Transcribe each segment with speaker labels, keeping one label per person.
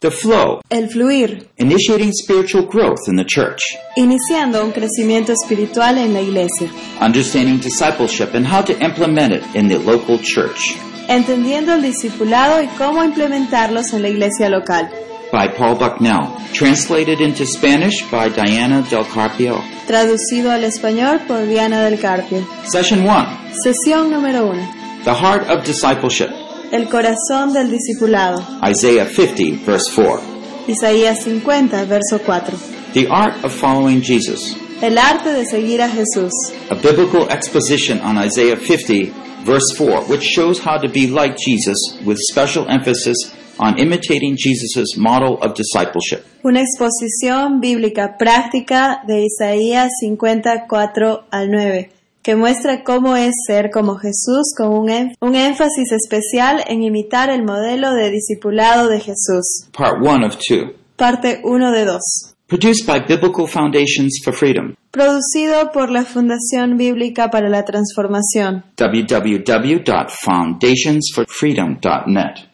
Speaker 1: the flow,
Speaker 2: el fluir,
Speaker 1: initiating spiritual growth in the church,
Speaker 2: iniciando un crecimiento espiritual en la iglesia,
Speaker 1: understanding discipleship and how to implement it in the local church
Speaker 2: entendiendo el discipulado y cómo implementarlos en la iglesia local.
Speaker 1: by Paul Bucknell, translated into Spanish by Diana Del Carpio.
Speaker 2: Traducido al español por Diana del Carpio.
Speaker 1: Session 1
Speaker 2: Sesión número 1.
Speaker 1: The Heart of Discipleship,
Speaker 2: El corazón del discipulado.
Speaker 1: Isaiah 50, verse 4.
Speaker 2: Isaías 50, verso 4.
Speaker 1: The Art of Following Jesus,
Speaker 2: El arte de seguir a Jesús.
Speaker 1: a biblical exposition on Isaiah 50, verse 4, which shows how to be like Jesus with special emphasis on imitating Jesus' model of discipleship.
Speaker 2: Una exposición bíblica práctica de Isaías 54 al 9, que muestra cómo es ser como Jesús con un, énf- un énfasis especial en imitar el modelo de discipulado de Jesús.
Speaker 1: Part 1 of 2.
Speaker 2: Parte 1 de 2.
Speaker 1: Produced by Biblical Foundations for Freedom,
Speaker 2: Producido por la Fundación Bíblica para la Transformación,
Speaker 1: www.foundationsforfreedom.net.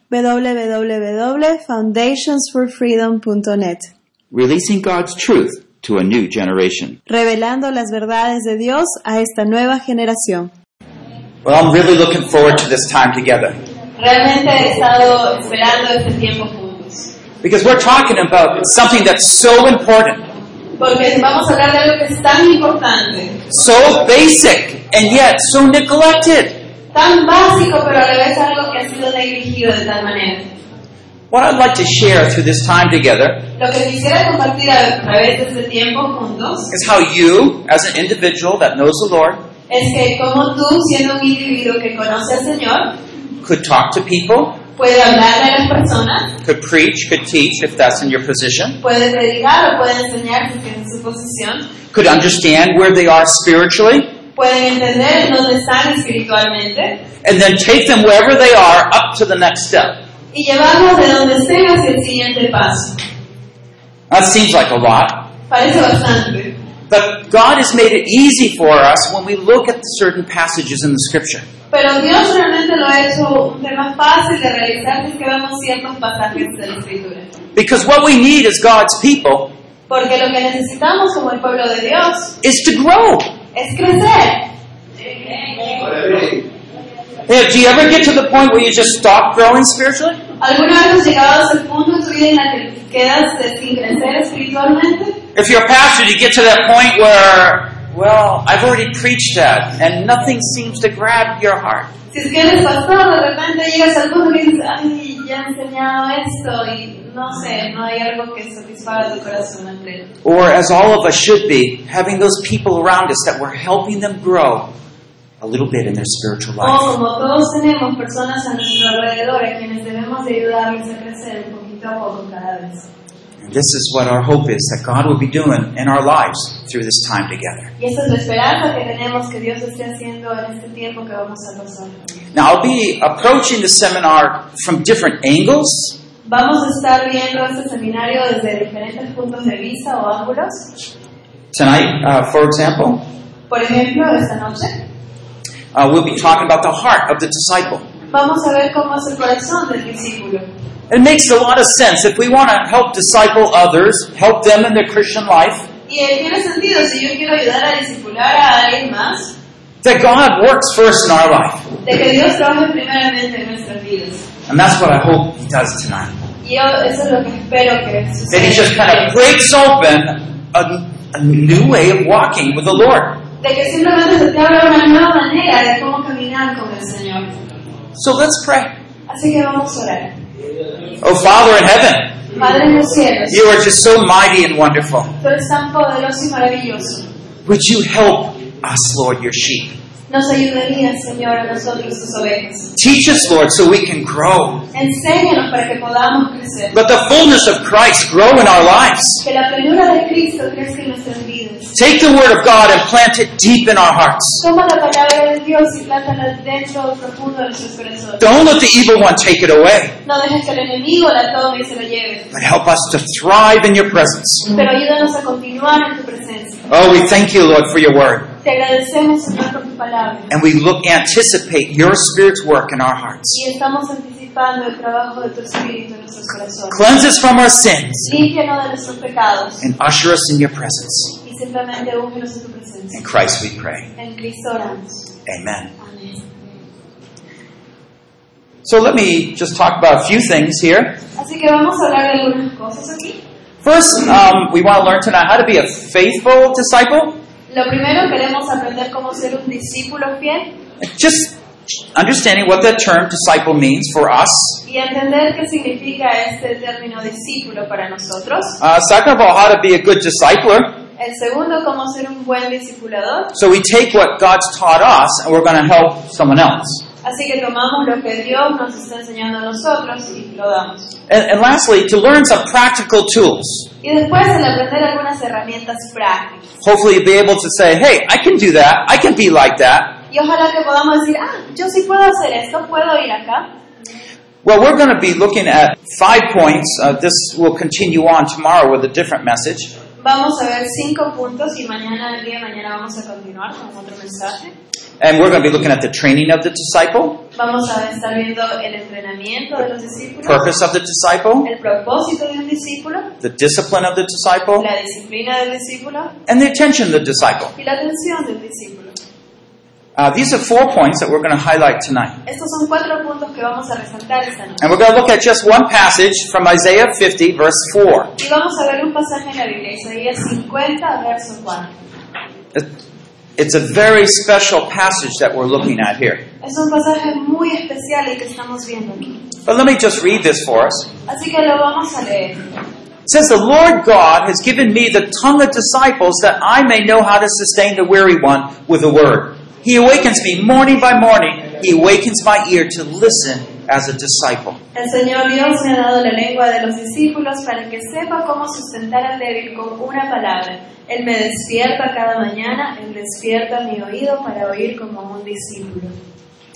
Speaker 2: www.foundationsforfreedom.net,
Speaker 1: Releasing God's truth to a new generation.
Speaker 2: revelando las verdades de Dios a esta nueva generación.
Speaker 3: Well, I'm really looking forward to this time together
Speaker 4: Realmente he estado esperando este tiempo juntos.
Speaker 3: because we're talking about something that's so important,
Speaker 4: Porque vamos a hablar de algo que es tan importante,
Speaker 3: so basic, and yet so neglected.
Speaker 4: tan básico, pero a la vez algo que ha sido negligido de tal manera.
Speaker 3: What I'd like to share through this time together
Speaker 4: Lo que quisiera compartir a través de este tiempo juntos
Speaker 3: is how you, as an individual that knows the Lord,
Speaker 4: es que como tú, siendo un individuo que conoce al Señor,
Speaker 3: could talk to people,
Speaker 4: puede hablarle a las personas,
Speaker 3: could preach, could teach if that's in your position,
Speaker 4: puede predicar o puede enseñar si tienen su posición,
Speaker 3: could understand where they are spiritually,
Speaker 4: pueden entender en dónde están espiritualmente
Speaker 3: and then take them wherever they are up to the next step.
Speaker 4: y llevarlos de donde estén hacia el siguiente paso.
Speaker 3: That seems like a lot,
Speaker 4: Parece bastante.
Speaker 3: but God has made it easy for us when we look at certain passages in the scripture.
Speaker 4: Pero Dios realmente lo ha hecho un tema fácil de realizar si es que vemos ciertos pasajes de la Escritura.
Speaker 3: Because what we need as God's people
Speaker 4: Porque lo que necesitamos como el pueblo de Dios
Speaker 3: is to grow.
Speaker 4: es crecer.
Speaker 3: Yeah, do you ever get to the point where you just stop growing spiritually?
Speaker 4: ¿Alguna vez has llegado al punto en tu vida en la que quedas de- sin crecer espiritualmente?
Speaker 3: If you're a pastor, you get to that point where, well, I've already preached that, and nothing seems to grab your heart.
Speaker 4: Si es que eres pastor, de repente llegas al punto que dices, ay, ya he enseñado esto y no sé, no hay algo que satisfaga tu corazón Andrea".
Speaker 3: Or, as all of us should be, having those people around us that we're helping them grow a little bit in their spiritual
Speaker 4: O
Speaker 3: life.
Speaker 4: Oh, como todos tenemos personas a nuestro alrededor a quienes debemos de ayudarles a crecer un poquito a poco cada vez.
Speaker 3: And this is what our hope is that God will be doing in our lives through this time together.
Speaker 4: Y esa es la esperanza que tenemos que Dios esté haciendo en este tiempo que vamos a pasar.
Speaker 3: Now, I'll be approaching the seminar from different angles.
Speaker 4: Vamos a estar viendo este seminario desde diferentes puntos de vista o ángulos.
Speaker 3: Tonight, uh, for example,
Speaker 4: Por ejemplo, esta noche
Speaker 3: uh, we'll be talking about the heart of the disciple.
Speaker 4: vamos a ver cómo es el corazón del discípulo.
Speaker 3: It makes a lot of sense. If we want to help disciple others, help them in their Christian life,
Speaker 4: Y eh, tiene sentido, si yo quiero ayudar a discipular a alguien más,
Speaker 3: that God works first in our life.
Speaker 4: de que Dios trabaje primeramente en nuestras vidas.
Speaker 3: And that's what I hope He does tonight.
Speaker 4: Y yo, eso es lo que espero que
Speaker 3: That He just kind
Speaker 4: suceda.
Speaker 3: of breaks open a, a new way of walking with the Lord.
Speaker 4: de que simplemente se te abra una nueva manera de cómo caminar con el Señor.
Speaker 3: So let's pray.
Speaker 4: Así que vamos a orar.
Speaker 3: Oh, Father in heaven,
Speaker 4: Padre en los cielos,
Speaker 3: you are just so mighty and wonderful.
Speaker 4: tú eres tan poderoso y maravilloso.
Speaker 3: Would you help us, Lord, your sheep?
Speaker 4: Nos ayudarías, Señor, a nosotros tus ovejas.
Speaker 3: Teach us, Lord, so we can grow.
Speaker 4: Enséñanos para que podamos crecer.
Speaker 3: Let the fullness of Christ grow in our lives.
Speaker 4: Que la plenura de Cristo crezca en nuestras vidas.
Speaker 3: Take the Word of God and plant it deep in our hearts.
Speaker 4: Toma la palabra de Dios y plántala dentro profundo de nuestros corazones.
Speaker 3: Don't let the evil one take it away,
Speaker 4: No dejes que el enemigo la tome y se la lleve.
Speaker 3: but help us to thrive in your presence.
Speaker 4: Pero ayúdanos a continuar en tu presencia.
Speaker 3: Oh, we thank you, Lord, for your Word.
Speaker 4: Te agradecemos, Señor, por tu palabra.
Speaker 3: And we look, anticipate your Spirit's work in our hearts.
Speaker 4: Y estamos participando del trabajo de tu Espíritu en nuestros corazones.
Speaker 3: Cleanse us from our sins
Speaker 4: Límpianos de nuestros pecados
Speaker 3: and usher us in your presence.
Speaker 4: y simplemente úngenos en tu presencia.
Speaker 3: In Christ we pray.
Speaker 4: En Cristo oramos.
Speaker 3: Amen.
Speaker 4: Amén.
Speaker 3: So let me just talk about a few things here.
Speaker 4: Así que vamos a hablar de algunas cosas aquí.
Speaker 3: First, um, we want to learn tonight how to be a faithful disciple.
Speaker 4: Lo primero queremos aprender cómo ser un discípulo fiel
Speaker 3: Just understanding what that term disciple means for us.
Speaker 4: y entender qué significa este término discípulo para nosotros.
Speaker 3: Uh, second of all, how to be a good discipler.
Speaker 4: El segundo, cómo ser un buen discipulador.
Speaker 3: So we take what God's taught us and we're going to help someone else.
Speaker 4: Así que tomamos lo que Dios nos está enseñando a nosotros y lo damos.
Speaker 3: And, and lastly, to learn some practical tools.
Speaker 4: Y después el aprender algunas herramientas prácticas.
Speaker 3: Hopefully, you'll be able to say, hey, I can do that. I can be like that.
Speaker 4: Y ojalá que podamos decir, ah, yo sí puedo hacer esto, puedo ir acá.
Speaker 3: Well, we're going to be looking at five points. Uh, this will continue on tomorrow with a different message.
Speaker 4: Vamos a ver cinco puntos y mañana, el día de mañana vamos a continuar con otro mensaje.
Speaker 3: And we're going to be looking at the training of the disciple,
Speaker 4: Vamos a estar viendo el entrenamiento de los discípulos,
Speaker 3: purpose of the disciple,
Speaker 4: el propósito de un discípulo,
Speaker 3: the discipline of the disciple,
Speaker 4: la disciplina del discípulo
Speaker 3: and the attention of the disciple.
Speaker 4: y la atención del discípulo.
Speaker 3: Uh, these are four points that we're going to highlight tonight.
Speaker 4: Estos son cuatro puntos que vamos a resaltar esta noche.
Speaker 3: And we're going to look at just one passage from Isaiah 50, verse 4.
Speaker 4: Y vamos a ver un pasaje en la Biblia, Isaías 50, verso 4.
Speaker 3: It- It's a very special passage that we're looking at here.
Speaker 4: Es un pasaje muy especial y que estamos viendo aquí.
Speaker 3: But let me just read this for us.
Speaker 4: Así que lo vamos a leer.
Speaker 3: It says, The Lord God has given me the tongue of disciples that I may know how to sustain the weary one with the word. He awakens me morning by morning. He awakens my ear to listen as a disciple.
Speaker 4: El Señor Dios me ha dado la lengua de los discípulos para que sepa cómo sustentar al débil con una palabra. Él me despierta cada mañana, Él despierta mi oído para oír como un discípulo.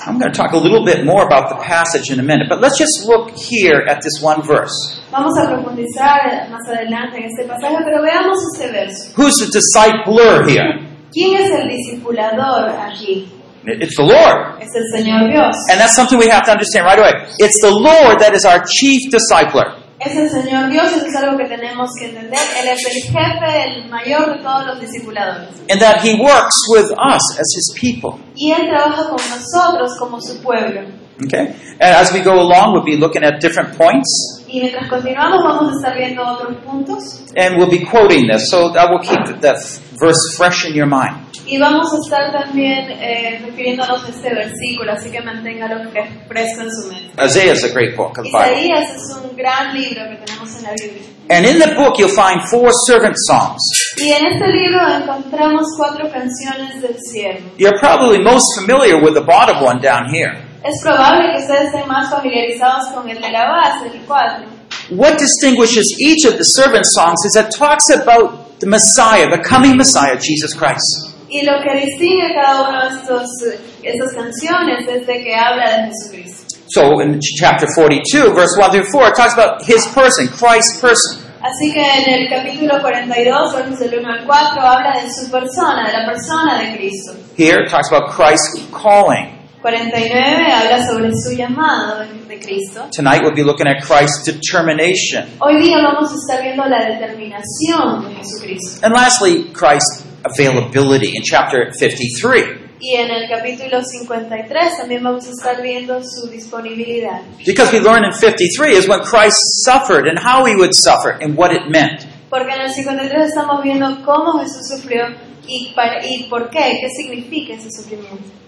Speaker 3: I'm going to talk a little bit more about the passage in a minute, but let's just look here at this one verse.
Speaker 4: Vamos a profundizar más adelante en este pasaje, pero veamos este verso.
Speaker 3: Who's the discipler here?
Speaker 4: ¿Quién es el discipulador aquí?
Speaker 3: It- It's the Lord.
Speaker 4: Es el Señor Dios.
Speaker 3: And that's something we have to understand right away. It's the Lord that is our chief discipler.
Speaker 4: Es el Señor Dios, eso es algo que tenemos que entender. Él es el jefe, el mayor de todos los discipuladores.
Speaker 3: and that he works with us as his people.
Speaker 4: Y Él trabaja con nosotros como su pueblo.
Speaker 3: Okay? And as we go along, we'll be looking at different points,
Speaker 4: Y mientras continuamos vamos a estar viendo otros puntos
Speaker 3: and we'll be quoting this, so that will keep that verse fresh in your mind.
Speaker 4: y vamos a estar también eh, refiriéndonos a este versículo, así que manténgalo fres- fresco en su mente.
Speaker 3: Isaiah is a great book of the Bible.
Speaker 4: Isaías es un gran libro que tenemos en la Biblia.
Speaker 3: And in the book, you'll find four servant songs.
Speaker 4: Y en este libro encontramos cuatro canciones del cielo.
Speaker 3: You're probably most familiar with the bottom one down here.
Speaker 4: Es probable que ustedes estén más familiarizados con el de la base, el 4.
Speaker 3: What distinguishes each of the servant songs is it talks about the Messiah, the coming Messiah, Jesus Christ.
Speaker 4: Y lo que distingue cada una de estos, estas canciones es de que habla de Jesucristo.
Speaker 3: So in chapter 42, verse 1 through 4, it talks about his person, Christ's person.
Speaker 4: Así que en el capítulo 42, versos del 1 al 4, habla de su persona, de la persona de Cristo.
Speaker 3: Here it talks about Christ's calling.
Speaker 4: 49 habla sobre su llamado de, de Cristo.
Speaker 3: Tonight we'll be looking at Christ's determination.
Speaker 4: Hoy día vamos a estar viendo la determinación de Jesucristo.
Speaker 3: And lastly, Christ's availability in chapter 53.
Speaker 4: Y en el capítulo 53 también vamos a estar viendo su disponibilidad.
Speaker 3: Because we learn in 53 is when Christ suffered and how he would suffer and what it meant.
Speaker 4: Porque en el 53 estamos viendo cómo Jesús sufrió y, para- y por qué, qué significa ese sufrimiento.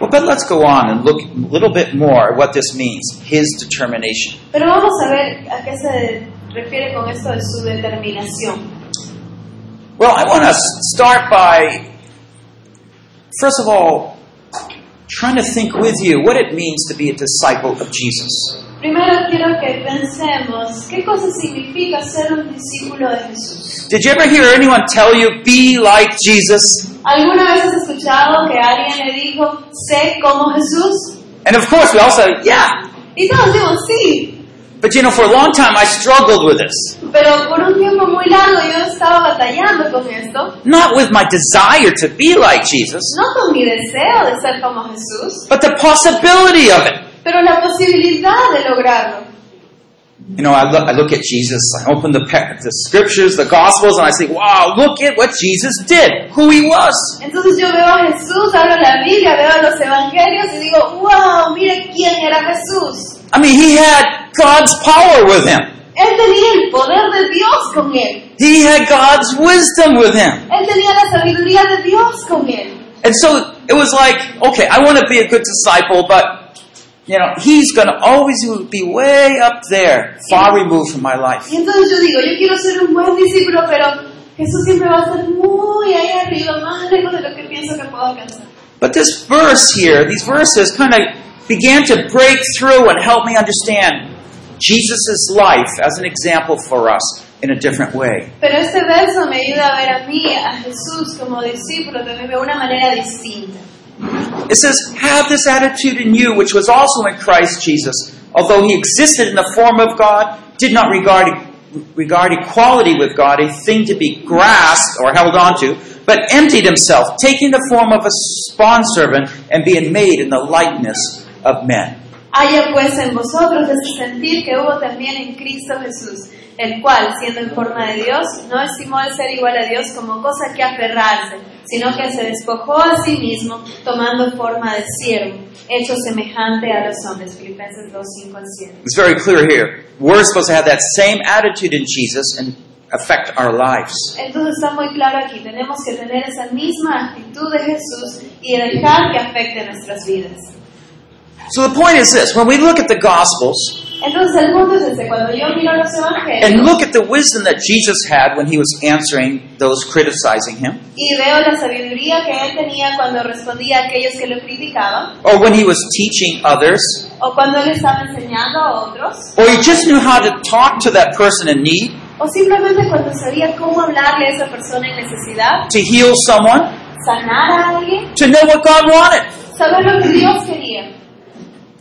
Speaker 3: Well, but let's go on and look a little bit more at what this means his determination.
Speaker 4: Pero vamos a ver a qué se refiere con esto de su determinación.
Speaker 3: Well, I want to start by, first of all, trying to think with you what it means to be a disciple of Jesus.
Speaker 4: Primero quiero que pensemos qué cosa significa ser un discípulo de Jesús.
Speaker 3: Did you ever hear anyone tell you, be like Jesus?
Speaker 4: ¿Alguna vez has escuchado que alguien le dijo, sé como Jesús?
Speaker 3: And of course, we all say, yeah.
Speaker 4: Y todos digo, sí.
Speaker 3: But you know, for a long time, I struggled with this.
Speaker 4: Pero por un tiempo muy largo yo estaba batallando con esto.
Speaker 3: Not with my desire to be like Jesus,
Speaker 4: No con mi deseo de ser como Jesús,
Speaker 3: but the possibility of it.
Speaker 4: pero la posibilidad de lograrlo.
Speaker 3: You know, I look, I look at Jesus, I open the, pa- the scriptures, the gospels, and I say, wow, look at what Jesus did, who he was.
Speaker 4: Entonces yo veo a Jesús, abro la Biblia, veo los evangelios y digo, wow, mira quién era Jesús.
Speaker 3: I mean, he had God's power with him.
Speaker 4: Él tenía el poder de Dios con él.
Speaker 3: He had God's wisdom with him.
Speaker 4: Él tenía la sabiduría de Dios con él.
Speaker 3: And so it was like, okay, I want to be a good disciple, but you know, he's going to always be way up there, far removed from my life.
Speaker 4: Y entonces yo digo, yo quiero ser un buen discípulo, pero Jesús siempre va a estar muy ahí arriba, más lejos de lo que pienso que puedo alcanzar.
Speaker 3: But this verse here, these verses kind of began to break through and help me understand Jesus' life as an example for us in a different way.
Speaker 4: Pero este verso me ayuda a ver a mí, a Jesús como discípulo, también de una manera distinta.
Speaker 3: It says, Have this attitude in you, which was also in Christ Jesus, although he existed in the form of God, did not regard, regard equality with God a thing to be grasped or held onto, but emptied himself, taking the form of a bondservant and being made in the likeness of men.
Speaker 4: Haya pues en vosotros ese sentir que hubo también en Cristo Jesús, el cual, siendo en forma de Dios, no estimó el ser igual a Dios como cosa que aferrarse, sino que se despojó a sí mismo, tomando forma de siervo, hecho semejante a los hombres. Filipenses 2, 5 al 7.
Speaker 3: It's very clear here. We're supposed to have that same attitude in Jesus and affect our lives.
Speaker 4: Entonces está muy claro aquí, tenemos que tener esa misma actitud de Jesús y dejar que afecte nuestras vidas.
Speaker 3: So the point is this when we look at the Gospels
Speaker 4: Entonces el punto es este, cuando yo miro los evangelios
Speaker 3: and look at the wisdom that Jesus had when he was answering those criticizing him,
Speaker 4: y veo la sabiduría que él tenía cuando respondía a aquellos que lo criticaban,
Speaker 3: or when he was teaching others,
Speaker 4: o cuando él estaba enseñando a otros,
Speaker 3: or he just knew how to talk to that person in need,
Speaker 4: o simplemente cuando sabía cómo hablarle a esa persona en necesidad,
Speaker 3: to heal someone,
Speaker 4: sanar a alguien,
Speaker 3: to know what God wanted.
Speaker 4: saber lo que Dios quería.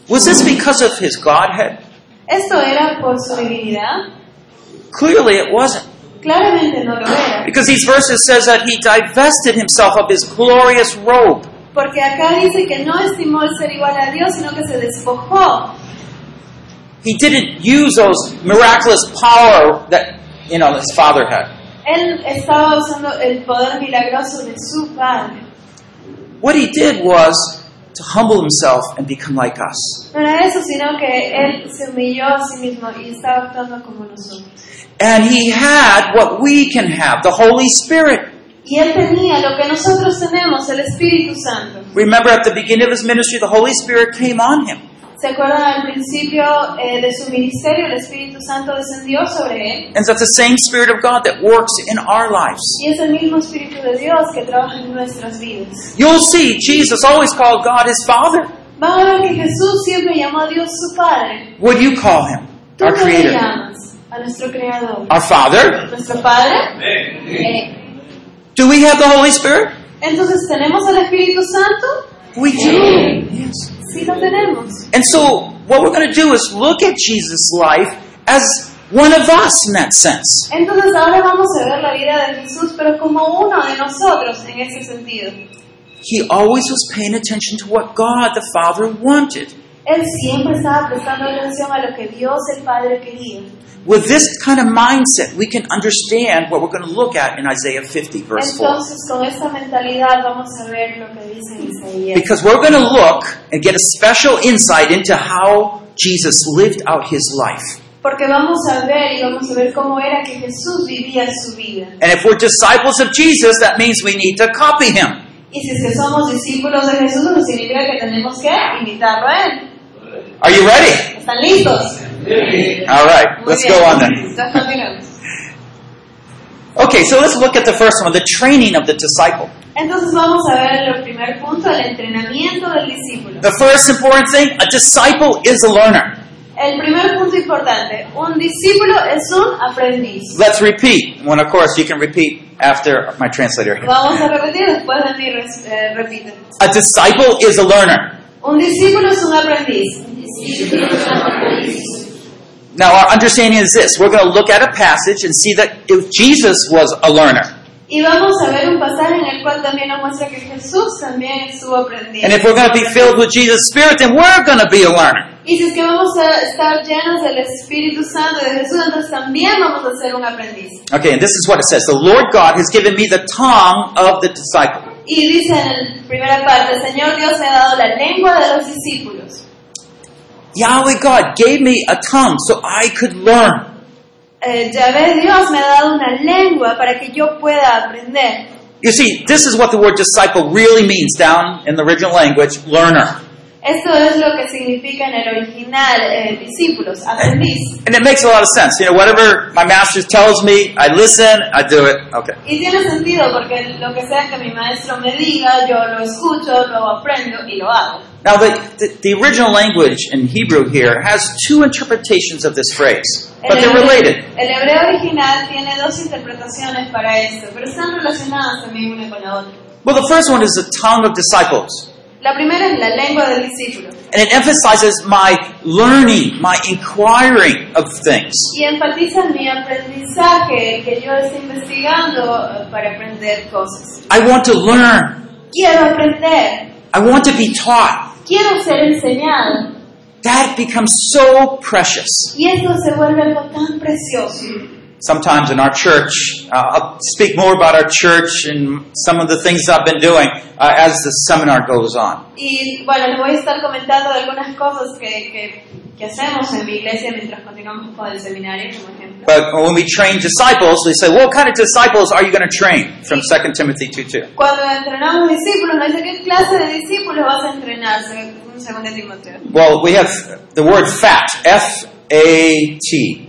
Speaker 3: Was this because of his Godhead?
Speaker 4: ¿Esto era por su divinidad?
Speaker 3: Clearly it wasn't.
Speaker 4: Claramente no lo era,
Speaker 3: Because these verses says that he divested himself of his glorious robe.
Speaker 4: porque acá dice que no estimó el ser igual a Dios, sino que se despojó.
Speaker 3: He didn't use those miraculous power that you know his father had.
Speaker 4: Él estaba usando el poder milagroso de su Padre.
Speaker 3: What he did was to humble himself and become like us.
Speaker 4: No era eso, sino que él se humilló a sí mismo y estaba actuando como nosotros.
Speaker 3: And he had what we can have, the Holy Spirit.
Speaker 4: Y él tenía lo que nosotros tenemos, el Espíritu Santo.
Speaker 3: Remember at the beginning of his ministry, the Holy Spirit came on him.
Speaker 4: ¿Se acuerdan al principio eh, de su ministerio? El Espíritu Santo descendió sobre él.
Speaker 3: And that's the same Spirit of God that works in our lives.
Speaker 4: Y es el mismo Espíritu de Dios que trabaja en nuestras vidas.
Speaker 3: You'll see Jesus always called God his Father.
Speaker 4: Van a ver que Jesús siempre llamó a Dios su Padre.
Speaker 3: What do you call him?
Speaker 4: ¿Tú
Speaker 3: Our
Speaker 4: cómo le
Speaker 3: Creator.
Speaker 4: llamas? A nuestro Creador.
Speaker 3: Our Father.
Speaker 4: ¿Nuestro Padre? Eh,
Speaker 3: Do we have the Holy Spirit?
Speaker 4: Entonces, ¿tenemos al Espíritu Santo?
Speaker 3: We do. Yes.
Speaker 4: Sí lo tenemos.
Speaker 3: And so, what we're going to do is look at Jesus' life as one of us in that sense.
Speaker 4: Entonces ahora vamos a ver la vida de Jesús, pero como uno de nosotros en ese sentido.
Speaker 3: He always was paying attention to what God the Father wanted.
Speaker 4: Él siempre estaba prestando atención a lo que Dios el Padre quería.
Speaker 3: With this kind of mindset, we can understand what we're going to look at in Isaiah 50, verse 4.
Speaker 4: Entonces con esta mentalidad vamos a ver lo que dice Isaías.
Speaker 3: Because we're going to look and get a special insight into how Jesus lived out his life.
Speaker 4: Porque vamos a ver y vamos a ver cómo era que Jesús vivía su vida.
Speaker 3: And if we're disciples of Jesus, that means we need to copy him.
Speaker 4: Y si es que somos discípulos de Jesús, nos significa que tenemos que imitarlo a Él.
Speaker 3: Are you ready?
Speaker 4: ¿Están listos?
Speaker 3: All right,
Speaker 4: Muy
Speaker 3: let's
Speaker 4: bien.
Speaker 3: go on then.
Speaker 4: Ya continuamos.
Speaker 3: Okay, so let's look at the first one the training of the disciple.
Speaker 4: Entonces vamos a ver el primer punto, el entrenamiento del discípulo.
Speaker 3: The first important thing a disciple is a learner.
Speaker 4: El primer punto importante, un discípulo es un aprendiz.
Speaker 3: Let's repeat. When, of course, you can repeat after my translator.
Speaker 4: Lo Vamos a repetir después de mí, res- eh, repite.
Speaker 3: A disciple is a learner.
Speaker 4: Un discípulo es un aprendiz.
Speaker 3: Now, our understanding is this we're going to look at a passage and see that if Jesus was a learner.
Speaker 4: Y vamos a ver un pasaje en el cual también nos muestra que Jesús también estuvo aprendiz.
Speaker 3: And if we're going to be filled with Jesus' Spirit, then we're going to be a learner.
Speaker 4: Y si es que vamos a estar llenos del Espíritu Santo de Jesús, entonces también vamos a ser un aprendiz.
Speaker 3: Okay, and this is what it says The Lord God has given me the tongue of the disciple.
Speaker 4: Y dice en la primera parte, el Señor Dios me ha dado la lengua de los discípulos.
Speaker 3: Yahweh God gave me a tongue so I could learn.
Speaker 4: Eh, Yahvé Dios me ha dado una lengua para que yo pueda aprender.
Speaker 3: You see, this is what the word disciple really means down in the original language learner.
Speaker 4: Esto es lo que significa en el original eh, discípulos, aprendiz.
Speaker 3: And it makes a lot of sense. You know, whatever my master tells me, I listen, I do it. Okay.
Speaker 4: Y tiene sentido porque lo que sea que mi maestro me diga, yo lo escucho, lo aprendo y lo hago.
Speaker 3: Now, the, the, the original language in Hebrew here has two interpretations of this phrase,
Speaker 4: El
Speaker 3: but they're
Speaker 4: hebreo-
Speaker 3: related.
Speaker 4: el hebreo original tiene dos interpretaciones para esto, pero están relacionadas también una con la otra.
Speaker 3: Well, the first one is the tongue of disciples,
Speaker 4: La primera es la lengua del discípulo
Speaker 3: and it emphasizes my learning, my inquiring of things.
Speaker 4: y enfatiza mi aprendizaje, el que yo estoy investigando eh, para aprender cosas.
Speaker 3: I want to learn.
Speaker 4: Quiero aprender,
Speaker 3: I want to be taught.
Speaker 4: quiero ser enseñado
Speaker 3: That becomes so precious.
Speaker 4: y esto se vuelve algo tan precioso.
Speaker 3: Sometimes in our church, uh, I'll speak more about our church and some of the things I've been doing uh, as the seminar goes on.
Speaker 4: Y bueno, les voy a estar comentando de algunas cosas que, que, que hacemos en mi iglesia mientras continuamos con el seminario, como ejemplo.
Speaker 3: But when we train disciples, they say, "What kind of disciples are you going to train?" From 2 Timothy two two.
Speaker 4: Cuando entrenamos discípulos, nos dice qué clase de discípulos vas a entrenar, según según de Timoteo.
Speaker 3: Well, we have the word fat, F A T.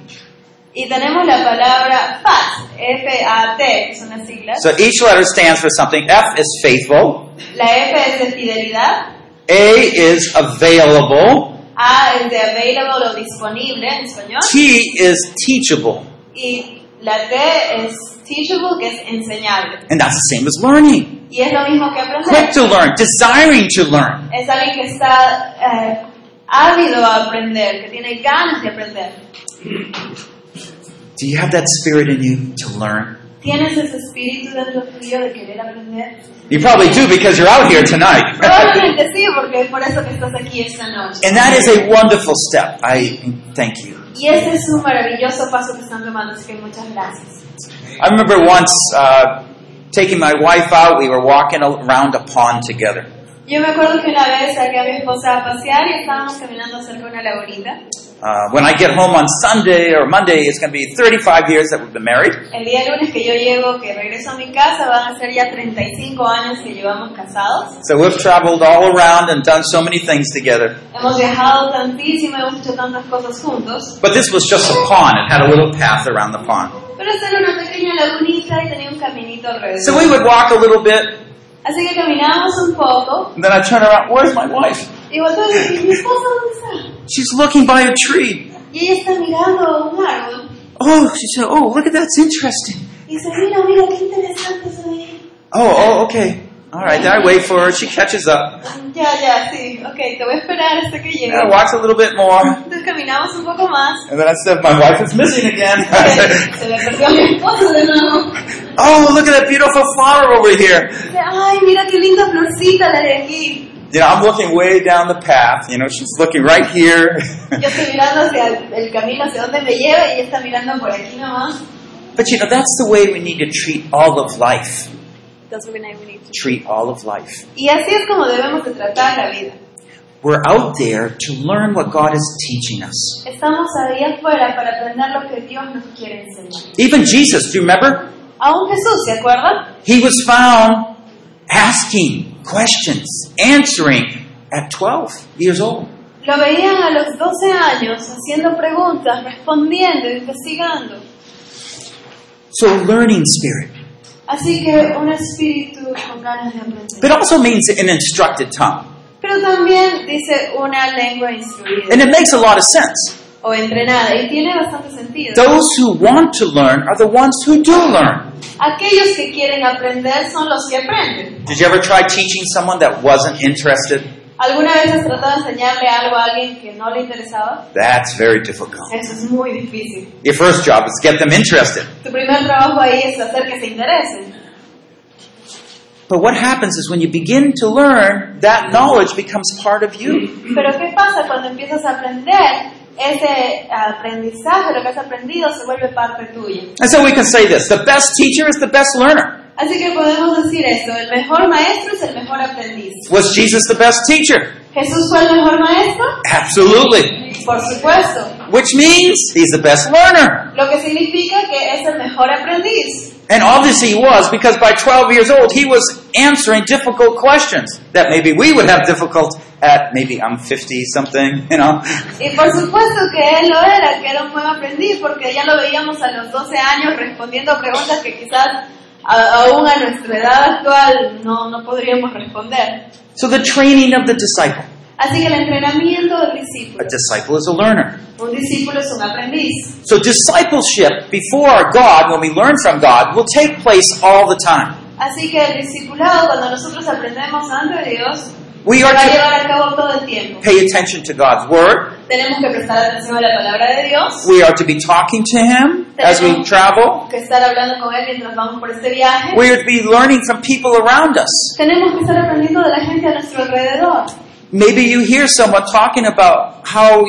Speaker 4: Y tenemos la palabra FAT, F-A-T, que son las siglas.
Speaker 3: So each letter stands for something. F is faithful.
Speaker 4: La F es de fidelidad,
Speaker 3: A is available.
Speaker 4: A es de available o disponible en español,
Speaker 3: T is teachable.
Speaker 4: y la T es teachable, que es enseñable.
Speaker 3: And that's the same as learning.
Speaker 4: Y es lo mismo que aprender.
Speaker 3: Quick to learn, desiring to learn.
Speaker 4: Es alguien que está eh, ávido a aprender, que tiene ganas de aprender.
Speaker 3: Do you have that spirit in you to learn?
Speaker 4: ¿Tienes ese espíritu dentro tuyo de querer aprender?
Speaker 3: You probably do because you're out here tonight.
Speaker 4: Probablemente sí, porque es por eso que estás aquí esta noche.
Speaker 3: and that is a wonderful step. I thank you.
Speaker 4: Y ese es un maravilloso paso que están tomando, así que muchas gracias.
Speaker 3: I remember once uh, taking my wife out. We were walking around a pond together.
Speaker 4: Yo me acuerdo que una vez saqué a mi esposa a pasear y estábamos caminando cerca de una lagunita.
Speaker 3: Uh, when I get home on Sunday or Monday, it's going to be 35 years that we've been married.
Speaker 4: El día lunes que yo llego, que regreso a mi casa, van a ser ya 35 años que llevamos casados.
Speaker 3: So we've traveled all around and done so many things together.
Speaker 4: Hemos viajado tantísimo, hemos hecho tantas cosas juntos.
Speaker 3: But this was just a pond. It had a little path around the pond.
Speaker 4: Pero esta era una pequeña lagunita y tenía un caminito
Speaker 3: So
Speaker 4: alrededor.
Speaker 3: we would walk a little bit,
Speaker 4: Así que caminamos un poco
Speaker 3: and then I turn around. Where's my wife?
Speaker 4: y volteo y dije, ¿mi esposa dónde está?
Speaker 3: She's looking by a tree.
Speaker 4: Y ella está mirando a un árbol.
Speaker 3: Oh, she said, oh, look at that. It's interesting.
Speaker 4: Y dice, mira, mira, qué interesante se ve.
Speaker 3: Oh, oh, okay. All right. Then I wait for her. She catches up.
Speaker 4: Ya, ya, sí, ok, te voy a esperar hasta que llegue.
Speaker 3: And I walks a little bit more.
Speaker 4: Entonces caminamos un poco más.
Speaker 3: And then I said, my wife is missing again.
Speaker 4: Se le perdió a mi esposo de nuevo.
Speaker 3: oh, look at that beautiful flower over here.
Speaker 4: Dice, ay, mira qué linda florcita la de aquí.
Speaker 3: You know, I'm looking way down the path. You know, she's looking right here.
Speaker 4: Yo estoy mirando hacia el, el camino, hacia dónde me lleva, y ella está mirando por aquí nomás.
Speaker 3: but you know, that's the way we need to treat all of life.
Speaker 4: Entonces, bueno, ahí bonito.
Speaker 3: Treat all of life.
Speaker 4: Y así es como debemos de tratar la vida.
Speaker 3: We're out there to learn what God is teaching us.
Speaker 4: Estamos ahí afuera para aprender lo que Dios nos quiere enseñar.
Speaker 3: Even Jesus, do you remember?
Speaker 4: Aún Jesús, ¿se acuerdan?
Speaker 3: He was found asking questions, answering at 12 years old.
Speaker 4: Lo veían a los 12 años haciendo preguntas, respondiendo, investigando.
Speaker 3: So, learning spirit.
Speaker 4: Así que un espíritu con ganas de aprender.
Speaker 3: But it also means an instructed tongue.
Speaker 4: Pero también dice una lengua
Speaker 3: And
Speaker 4: instruida
Speaker 3: it makes a lot of sense.
Speaker 4: o entrenada y tiene bastante sentido.
Speaker 3: Those who want to learn are the ones who do learn.
Speaker 4: Aquellos que quieren aprender son los que aprenden.
Speaker 3: Did you ever try teaching someone that wasn't interested?
Speaker 4: ¿Alguna vez has tratado de enseñarle algo a alguien que no le interesaba?
Speaker 3: That's very difficult.
Speaker 4: Eso es muy difícil.
Speaker 3: Your first job is to get them interested.
Speaker 4: Tu primer trabajo ahí es hacer que se interesen.
Speaker 3: But what happens is when you begin to learn, that knowledge becomes part of you.
Speaker 4: Pero ¿qué pasa cuando empiezas a aprender? Ese aprendizaje, lo que has aprendido, se vuelve parte tuya.
Speaker 3: And so we can say this the best teacher is the best learner.
Speaker 4: Así que podemos decir esto, el mejor maestro es el mejor aprendiz.
Speaker 3: Was Jesus the best teacher?
Speaker 4: ¿Jesús fue el mejor maestro?
Speaker 3: Absolutely.
Speaker 4: Por supuesto.
Speaker 3: Which means he's the best learner.
Speaker 4: Lo que significa que es el mejor aprendiz.
Speaker 3: And obviously he was, because by 12 years old, he was answering difficult questions that maybe we would have difficult at. Maybe I'm 50 something, you know.
Speaker 4: Y por supuesto que él lo era, que era un buen aprendiz, porque ya lo veíamos a los 12 años respondiendo preguntas que quizás a- aún a nuestra edad actual no, no podríamos responder.
Speaker 3: So the training of the disciple.
Speaker 4: Así que el entrenamiento del
Speaker 3: A
Speaker 4: discípulo.
Speaker 3: disciple is a learner.
Speaker 4: Un discípulo es un aprendiz.
Speaker 3: So discipleship before God, when we learn from God, will take place all the time.
Speaker 4: Así que el discipulado, cuando nosotros aprendemos ante Dios,
Speaker 3: We
Speaker 4: se
Speaker 3: are
Speaker 4: va a llevar
Speaker 3: to
Speaker 4: a cabo todo el tiempo.
Speaker 3: pay attention to God's word.
Speaker 4: Tenemos que prestar atención a la palabra de Dios,
Speaker 3: We are to be talking to Him as we travel.
Speaker 4: que estar hablando con Él mientras vamos por este viaje.
Speaker 3: We are to be learning from people around us.
Speaker 4: Tenemos que estar aprendiendo de la gente a nuestro alrededor.
Speaker 3: Maybe you hear someone talking about how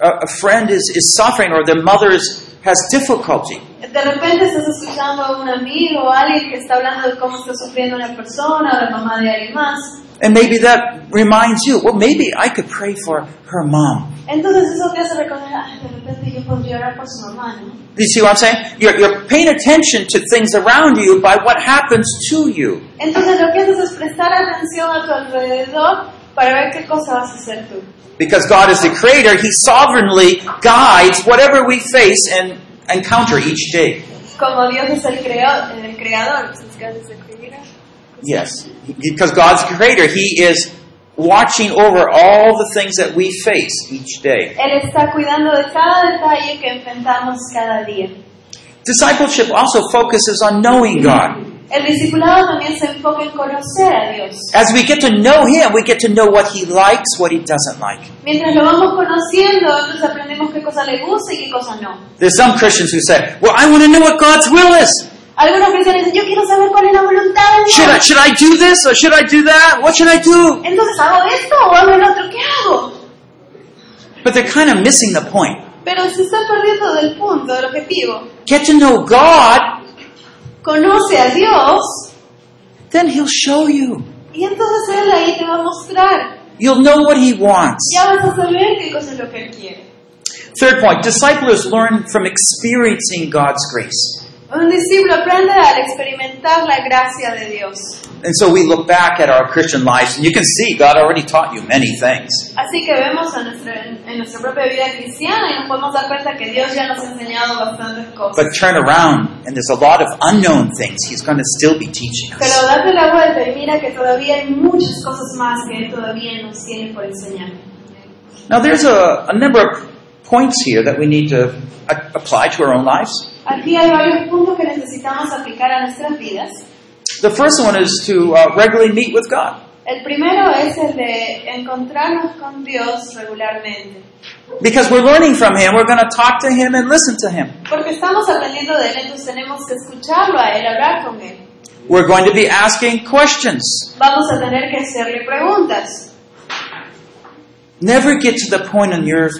Speaker 3: a, a friend is, is suffering or their mother is, has difficulty.
Speaker 4: De repente estás escuchando a un amigo o a alguien que está hablando de cómo está sufriendo una persona o la mamá de alguien más.
Speaker 3: And maybe that reminds you, well, maybe I could pray for her mom.
Speaker 4: Entonces eso te hace recordar, "Ay, de repente yo podría orar por su mamá, ¿no?
Speaker 3: You see what I'm saying? You're, you're paying attention to things around you by what happens to you.
Speaker 4: Entonces lo que haces es prestar atención a tu alrededor para ver qué cosa vas a hacer tú.
Speaker 3: Because God is the creator, He sovereignly guides whatever we face and encounter each day.
Speaker 4: Como Dios es el, creo- el creador, ¿sí es que haces el creador?
Speaker 3: Yes. Because God's the creator, He is watching over all the things that we face each day.
Speaker 4: Él está cuidando de cada detalle que enfrentamos cada día.
Speaker 3: Discipleship also focuses on knowing God.
Speaker 4: El discipulado también se enfoca en conocer a Dios.
Speaker 3: As we get to know Him, we get to know what He likes, what He doesn't like.
Speaker 4: Mientras lo vamos conociendo, entonces aprendemos qué cosa le gusta y qué cosa no.
Speaker 3: There's some Christians who say, Well, I want to know what God's will is.
Speaker 4: Algunos cristianos dicen, yo quiero saber cuál es la voluntad de
Speaker 3: Should I,
Speaker 4: Dios.
Speaker 3: should I do this or should I do that? What should I do?
Speaker 4: Entonces, ¿hago esto o hago el otro? ¿Qué hago?
Speaker 3: But they're kind of missing the point.
Speaker 4: Pero se está perdiendo del punto, del objetivo.
Speaker 3: Get to know God,
Speaker 4: Conoce a Dios
Speaker 3: then He'll show you.
Speaker 4: y entonces Él ahí te va a mostrar.
Speaker 3: You'll know what He wants.
Speaker 4: Ya vas a saber qué cosa es lo que Él quiere.
Speaker 3: Third point disciples learn from experiencing God's grace.
Speaker 4: Un discípulo aprende al experimentar la gracia de Dios.
Speaker 3: And so we look back at our Christian lives, and you can see God already taught you many things.
Speaker 4: Así que vemos a nuestra- en nuestra propia vida cristiana y nos podemos dar cuenta que Dios ya nos ha enseñado bastantes cosas.
Speaker 3: But turn around, and there's a lot of unknown things he's going to still be teaching
Speaker 4: Pero
Speaker 3: us.
Speaker 4: date la vuelta y mira que todavía hay muchas cosas más que Él todavía nos tiene por enseñar.
Speaker 3: Now, there's a, a number of points here that we need to a- apply to our own lives.
Speaker 4: Aquí hay varios puntos que necesitamos aplicar a nuestras vidas.
Speaker 3: The first one is to uh, regularly meet with God.
Speaker 4: El primero es el de encontrarnos con Dios regularmente,
Speaker 3: Because we're learning from him, we're going to talk to him and listen to him.
Speaker 4: porque estamos aprendiendo de Él, entonces tenemos que escucharlo a Él, hablar con Él.
Speaker 3: We're going to be asking questions.
Speaker 4: Vamos a tener que hacerle preguntas.
Speaker 3: Never get to the point in your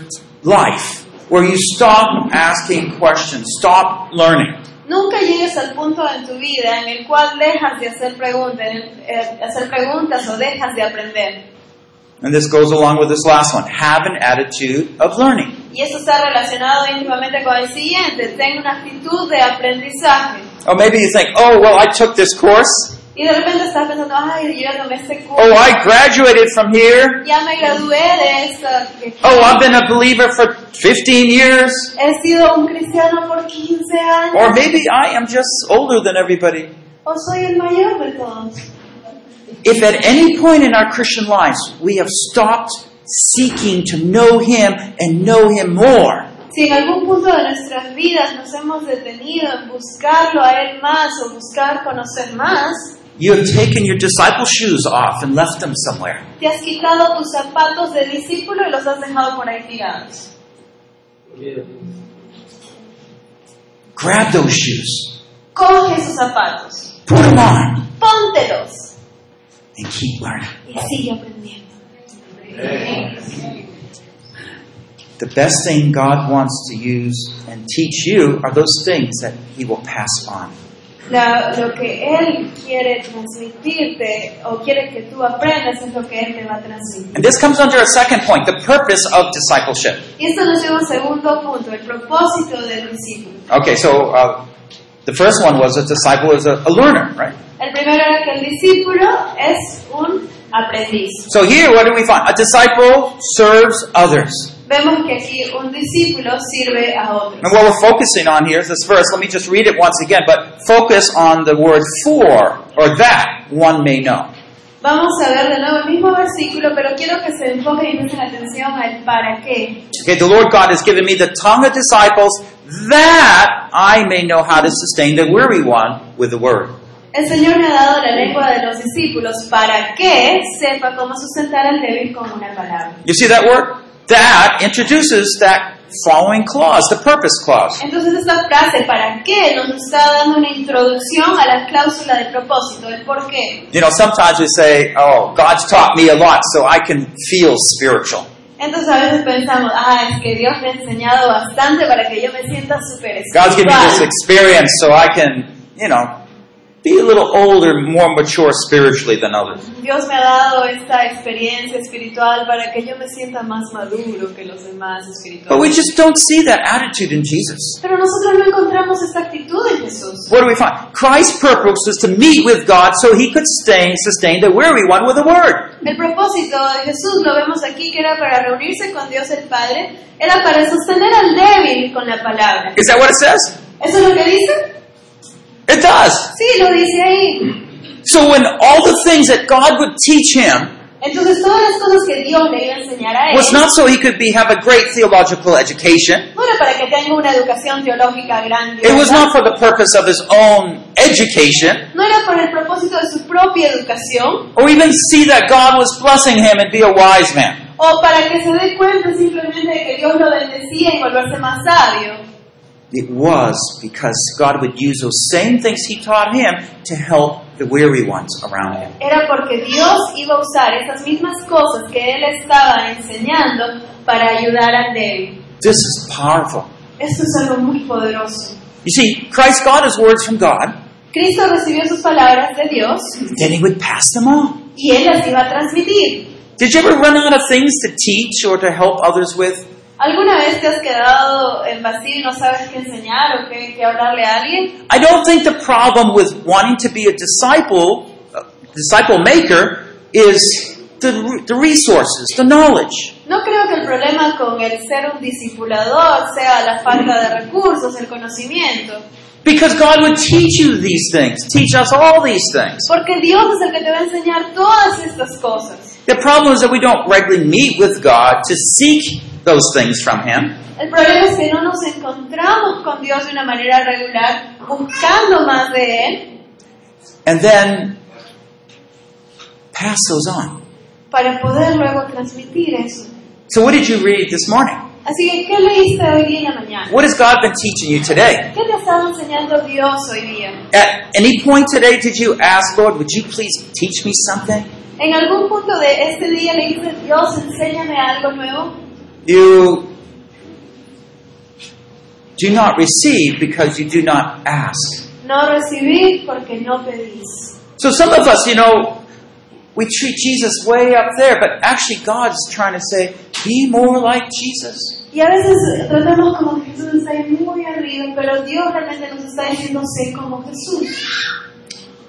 Speaker 3: life where you stop asking questions, stop learning.
Speaker 4: Nunca llegues al punto en tu vida en el cual dejas de hacer preguntas, eh, hacer preguntas o dejas de aprender.
Speaker 3: And this goes along with this last one have an attitude of learning.
Speaker 4: Y eso está relacionado íntimamente con el siguiente, ten una actitud de aprendizaje.
Speaker 3: Or maybe you think, oh, well, I took this course.
Speaker 4: Y de repente estás pensando, ay, yo ya tomé este
Speaker 3: Oh,
Speaker 4: curso,
Speaker 3: I graduated from here.
Speaker 4: ya me gradué de esta...
Speaker 3: Oh, I've been a believer for 15 years.
Speaker 4: He sido un cristiano por 15
Speaker 3: Or
Speaker 4: años,
Speaker 3: maybe I am just older than everybody.
Speaker 4: o soy el mayor de todos.
Speaker 3: If at any point in our Christian lives we have stopped seeking to know Him and know Him more,
Speaker 4: Si en algún punto de nuestras vidas nos hemos detenido en buscarlo a Él más o buscar conocer más,
Speaker 3: you have taken your disciple shoes off and left them somewhere.
Speaker 4: Te has quitado tus zapatos de discípulo y los has dejado por ahí tirados.
Speaker 3: Grab those shoes,
Speaker 4: Coge esos zapatos,
Speaker 3: put them on,
Speaker 4: póntelos
Speaker 3: and keep learning.
Speaker 4: y sigue aprendiendo.
Speaker 3: The best thing God wants to use and teach you are those things that He will pass on.
Speaker 4: La- lo que Él quiere transmitirte o quiere que tú aprendas es lo que Él te va a transmitir.
Speaker 3: And this comes under a second point the purpose of discipleship.
Speaker 4: Y esto nos lleva a un segundo punto, el propósito del discípulo.
Speaker 3: Okay, so uh, the first one was a disciple is a, a learner, right?
Speaker 4: El primero era que el discípulo es un aprendiz.
Speaker 3: So here, what do we find? A disciple serves others.
Speaker 4: Vemos que aquí un discípulo sirve a otros.
Speaker 3: And what we're focusing on here is this verse. Let me just read it once again, but focus on the word for, or that one may know.
Speaker 4: Vamos a ver de nuevo el mismo versículo, pero quiero que se enfoque y presten atención al para qué.
Speaker 3: Okay, the Lord God has given me the tongue of disciples that I may know how to sustain the weary one with the word.
Speaker 4: El Señor me ha dado la lengua de los discípulos para que sepa cómo sustentar al débil con una palabra.
Speaker 3: You see that word? That introduces that following clause, the purpose clause.
Speaker 4: Entonces esta frase para qué nos está dando una introducción a la cláusula de propósito, el por qué.
Speaker 3: You know, sometimes we say, oh, God's taught me a lot, so I can feel spiritual.
Speaker 4: Entonces a veces pensamos, ah, es que Dios me ha enseñado bastante para que yo me sienta súper
Speaker 3: God's given me this
Speaker 4: espiritual.
Speaker 3: experience so I can, you know, be a little older, more mature spiritually than others.
Speaker 4: Dios me ha dado esta experiencia espiritual para que yo me sienta más maduro que los demás
Speaker 3: But we
Speaker 4: espirituales.
Speaker 3: just don't see that attitude in Jesus.
Speaker 4: Pero nosotros no encontramos esta actitud en Jesús.
Speaker 3: What do we find? Christ's purpose was to meet with God so he could sustain, sustain the weary one with the word.
Speaker 4: El propósito de Jesús, lo vemos aquí, que era para reunirse con Dios el Padre, era para sostener al débil con la palabra.
Speaker 3: Is that what it says?
Speaker 4: ¿Eso es lo que dice?
Speaker 3: It does.
Speaker 4: Sí, lo dice ahí.
Speaker 3: So when all the things that God would teach him
Speaker 4: Entonces todas las cosas que Dios le iba a enseñar a él,
Speaker 3: was not so he could be have a great theological education.
Speaker 4: no era para que tenga una educación teológica grande,
Speaker 3: It was not for the purpose of his own education.
Speaker 4: no era para el propósito de su propia educación,
Speaker 3: Or even see that God was blessing him and be a wise man.
Speaker 4: o para que se dé cuenta simplemente de que Dios lo bendecía y volverse más sabio.
Speaker 3: It was because God would use those same things He taught him to help the weary ones around him.
Speaker 4: Era porque Dios iba a usar esas mismas cosas que él estaba enseñando para ayudar al débil.
Speaker 3: This is powerful.
Speaker 4: Esto es algo muy poderoso.
Speaker 3: You see, Christ got his words from God,
Speaker 4: Cristo recibió sus palabras de Dios
Speaker 3: then he would pass them on.
Speaker 4: y él las iba a transmitir.
Speaker 3: Did you ever run out of things to teach or to help others with?
Speaker 4: ¿Alguna vez te has quedado en vacío y no sabes qué enseñar o qué, qué hablarle a alguien?
Speaker 3: I don't think the problem with wanting to be a disciple, a disciple maker, is the, the resources, the knowledge.
Speaker 4: No creo que el problema con el ser un discipulador sea la falta de recursos, el conocimiento,
Speaker 3: Because God would teach you these things, teach us all these things.
Speaker 4: porque Dios es el que te va a enseñar todas estas cosas.
Speaker 3: The problem is that we don't regularly meet with God to seek those things from Him.
Speaker 4: El problema es que no nos encontramos con Dios de una manera regular, buscando más de Él
Speaker 3: and then pass those on.
Speaker 4: para poder luego transmitir eso.
Speaker 3: So, what did you read this morning?
Speaker 4: Así que, ¿qué leíste hoy día en la mañana?
Speaker 3: What has God been teaching you today?
Speaker 4: ¿Qué te ha estado enseñando Dios hoy día?
Speaker 3: At any point today, did you ask, Lord, would you please teach me something?
Speaker 4: ¿En algún punto de este día le dices, Dios, enséñame algo nuevo?
Speaker 3: You do not receive because you do not ask.
Speaker 4: No recibí porque no pedís.
Speaker 3: So, some of us, you know, we treat Jesus way up there, but actually, God's trying to say, be more like Jesus.
Speaker 4: Y a veces tratamos como que Jesús está ahí muy arriba, pero Dios realmente nos está diciendo, sé como Jesús.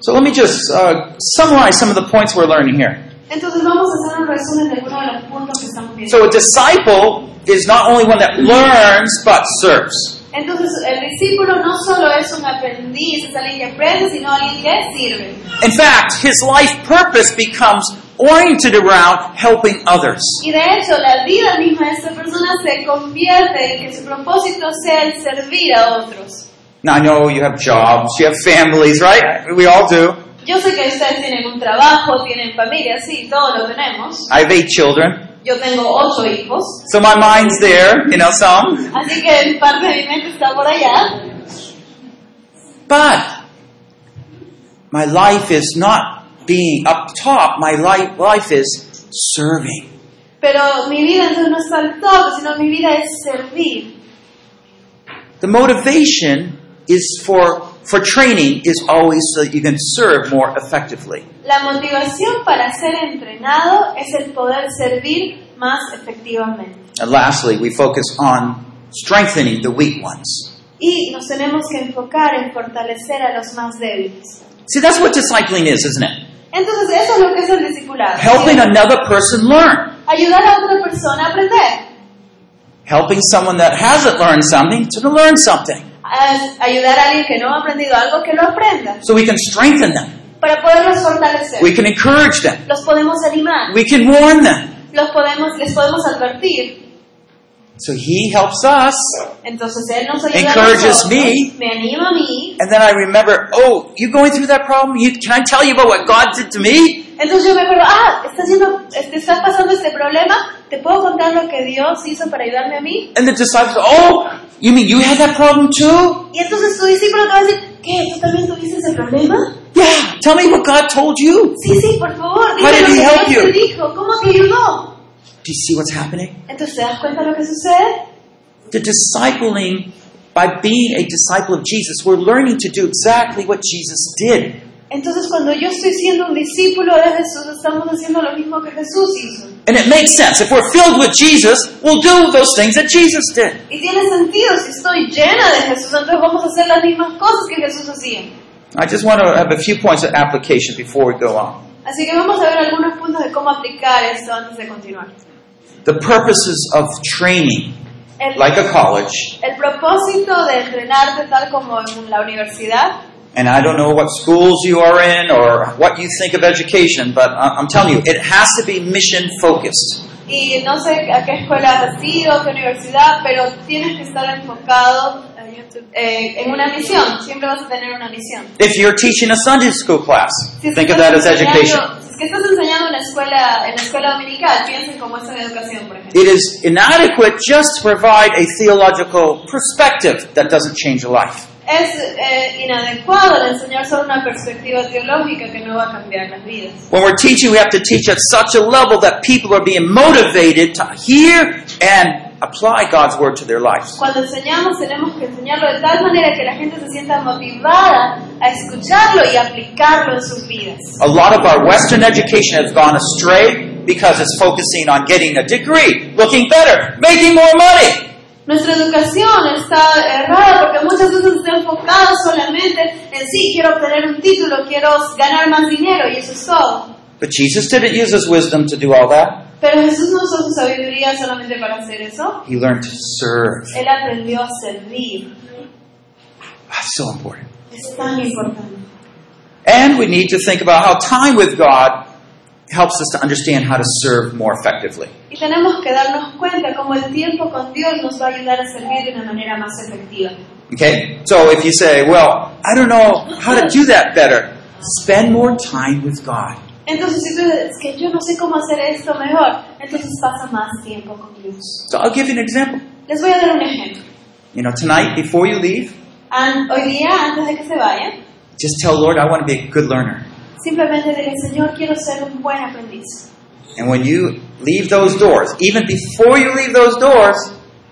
Speaker 3: So let me just uh, summarize some of the points we're learning here.
Speaker 4: Entonces vamos a hacer un resumen de algunos de los puntos que estamos viendo.
Speaker 3: So a disciple is not only one that learns but serves.
Speaker 4: Entonces el discípulo no solo es un aprendiz, es alguien que aprende, sino alguien que sirve.
Speaker 3: In fact, his life purpose becomes oriented around helping others.
Speaker 4: Y de hecho, la vida misma de esta persona se convierte en que su propósito sea el servir a otros.
Speaker 3: Now I know you have jobs, you have families, right? We all do.
Speaker 4: Yo sé que ustedes tienen un trabajo, tienen familia, sí, todos lo tenemos.
Speaker 3: I have eight children.
Speaker 4: Yo tengo ocho hijos,
Speaker 3: So my mind's there, you know, some.
Speaker 4: así que parte de mi mente está por allá.
Speaker 3: But my life is not being up top, my life, life is serving.
Speaker 4: Pero mi vida entonces no está al top, sino mi vida es servir.
Speaker 3: The motivation is for, for training is always so that you can serve more effectively.
Speaker 4: La motivación para ser entrenado es el poder servir más efectivamente.
Speaker 3: And lastly, we focus on strengthening the weak ones.
Speaker 4: Y nos tenemos que enfocar en fortalecer a los más débiles.
Speaker 3: See, that's what discipling is, isn't it?
Speaker 4: Entonces, eso es lo que es el discipulado.
Speaker 3: Helping another person learn.
Speaker 4: Ayudar a otra persona a aprender.
Speaker 3: Helping someone that hasn't learned something to learn something.
Speaker 4: A- Ayudar a alguien que no ha aprendido algo que lo aprenda.
Speaker 3: So we can strengthen them.
Speaker 4: Para poderlos fortalecer.
Speaker 3: We can encourage them.
Speaker 4: Los podemos animar.
Speaker 3: We can warn them.
Speaker 4: Los podemos, les podemos advertir.
Speaker 3: So he helps us.
Speaker 4: Entonces, él nos ayuda a
Speaker 3: Encourages
Speaker 4: nosotros,
Speaker 3: me.
Speaker 4: Me anima a mí.
Speaker 3: And then I remember, oh, you going through that problem? You, can I tell you about what God did to me?
Speaker 4: Entonces yo me acuerdo, ah, estás, yendo, este, estás pasando este problema, ¿te puedo contar lo que Dios hizo para ayudarme a mí?
Speaker 3: And the disciples, oh, you mean you had that problem too?
Speaker 4: Y entonces tu discípulo te va a decir, ¿qué? ¿Tú también tuviste ese problema?
Speaker 3: Yeah, tell me what God told you.
Speaker 4: Sí, sí, por favor,
Speaker 3: How
Speaker 4: dime
Speaker 3: did
Speaker 4: lo
Speaker 3: he
Speaker 4: que
Speaker 3: help
Speaker 4: Dios te
Speaker 3: you?
Speaker 4: dijo, ¿cómo te ayudó?
Speaker 3: Do you see what's happening?
Speaker 4: Entonces te das cuenta de lo que sucede.
Speaker 3: The discipling, by being a disciple of Jesus, we're learning to do exactly what Jesus did.
Speaker 4: Entonces cuando yo estoy siendo un discípulo de Jesús, estamos haciendo lo mismo que Jesús hizo.
Speaker 3: And it makes sense. If we're filled with Jesus, we'll do those things that Jesus did.
Speaker 4: Y tiene sentido, si estoy llena de Jesús, entonces vamos a hacer las mismas cosas que Jesús hacía.
Speaker 3: I just want to have a few points of application before we go on.
Speaker 4: Así que vamos a ver algunos puntos de cómo aplicar esto antes de continuar.
Speaker 3: The purposes of training,
Speaker 4: El-
Speaker 3: like a college,
Speaker 4: El propósito de entrenarte tal como en la universidad,
Speaker 3: and I don't know what schools you are in or what you think of education, but I- I'm telling you, it has to be mission focused.
Speaker 4: y no sé a qué escuela has sido, qué universidad, pero tienes que estar enfocado eh, en una misión, siempre vas a tener una misión.
Speaker 3: If you're teaching a Sunday school class,
Speaker 4: Si es que
Speaker 3: think of
Speaker 4: estás
Speaker 3: that as
Speaker 4: enseñando-
Speaker 3: education.
Speaker 4: si es que estás enseñando en la escuela, en la escuela dominical, piensen como es en educación, por ejemplo.
Speaker 3: It is inadequate just to provide a theological perspective that doesn't change a life.
Speaker 4: Es eh, inadecuado de enseñar solo una perspectiva teológica que no va a cambiar las vidas.
Speaker 3: When we're teaching, we have to teach at such a level that people are being motivated to hear and apply God's word to their lives.
Speaker 4: Cuando enseñamos tenemos que enseñarlo de tal manera que la gente se sienta motivada a escucharlo y aplicarlo en sus vidas.
Speaker 3: A lot of our Western education has gone astray because it's focusing on getting a degree, looking better, making more money.
Speaker 4: Nuestra educación está errada porque muchas veces está enfocada solamente en sí, quiero obtener un título, quiero ganar más dinero y eso es todo.
Speaker 3: But Jesus didn't use his wisdom to do all that.
Speaker 4: Pero Jesús no usó su sabiduría solamente para hacer eso.
Speaker 3: He learned to serve.
Speaker 4: Él aprendió a servir.
Speaker 3: That's so important.
Speaker 4: Es tan importante.
Speaker 3: And we need to think about how time with God helps us to understand how to serve more effectively.
Speaker 4: Y tenemos que darnos cuenta cómo el tiempo con Dios nos va a ayudar a servir de una manera más efectiva.
Speaker 3: Okay? So if you say, well, I don't know how to do that better, spend more time with God.
Speaker 4: Entonces, si tú dices "Es que yo no sé cómo hacer esto mejor, entonces pasa más tiempo con Dios.
Speaker 3: So I'll give you an example.
Speaker 4: Les voy a dar un ejemplo.
Speaker 3: You know, tonight before you leave,
Speaker 4: An- hoy día, antes de que se vayan,
Speaker 3: just tell Lord, I want to be a good learner.
Speaker 4: simplemente dile, Señor, quiero ser un buen aprendiz.
Speaker 3: And when you leave those doors, even before you leave those doors,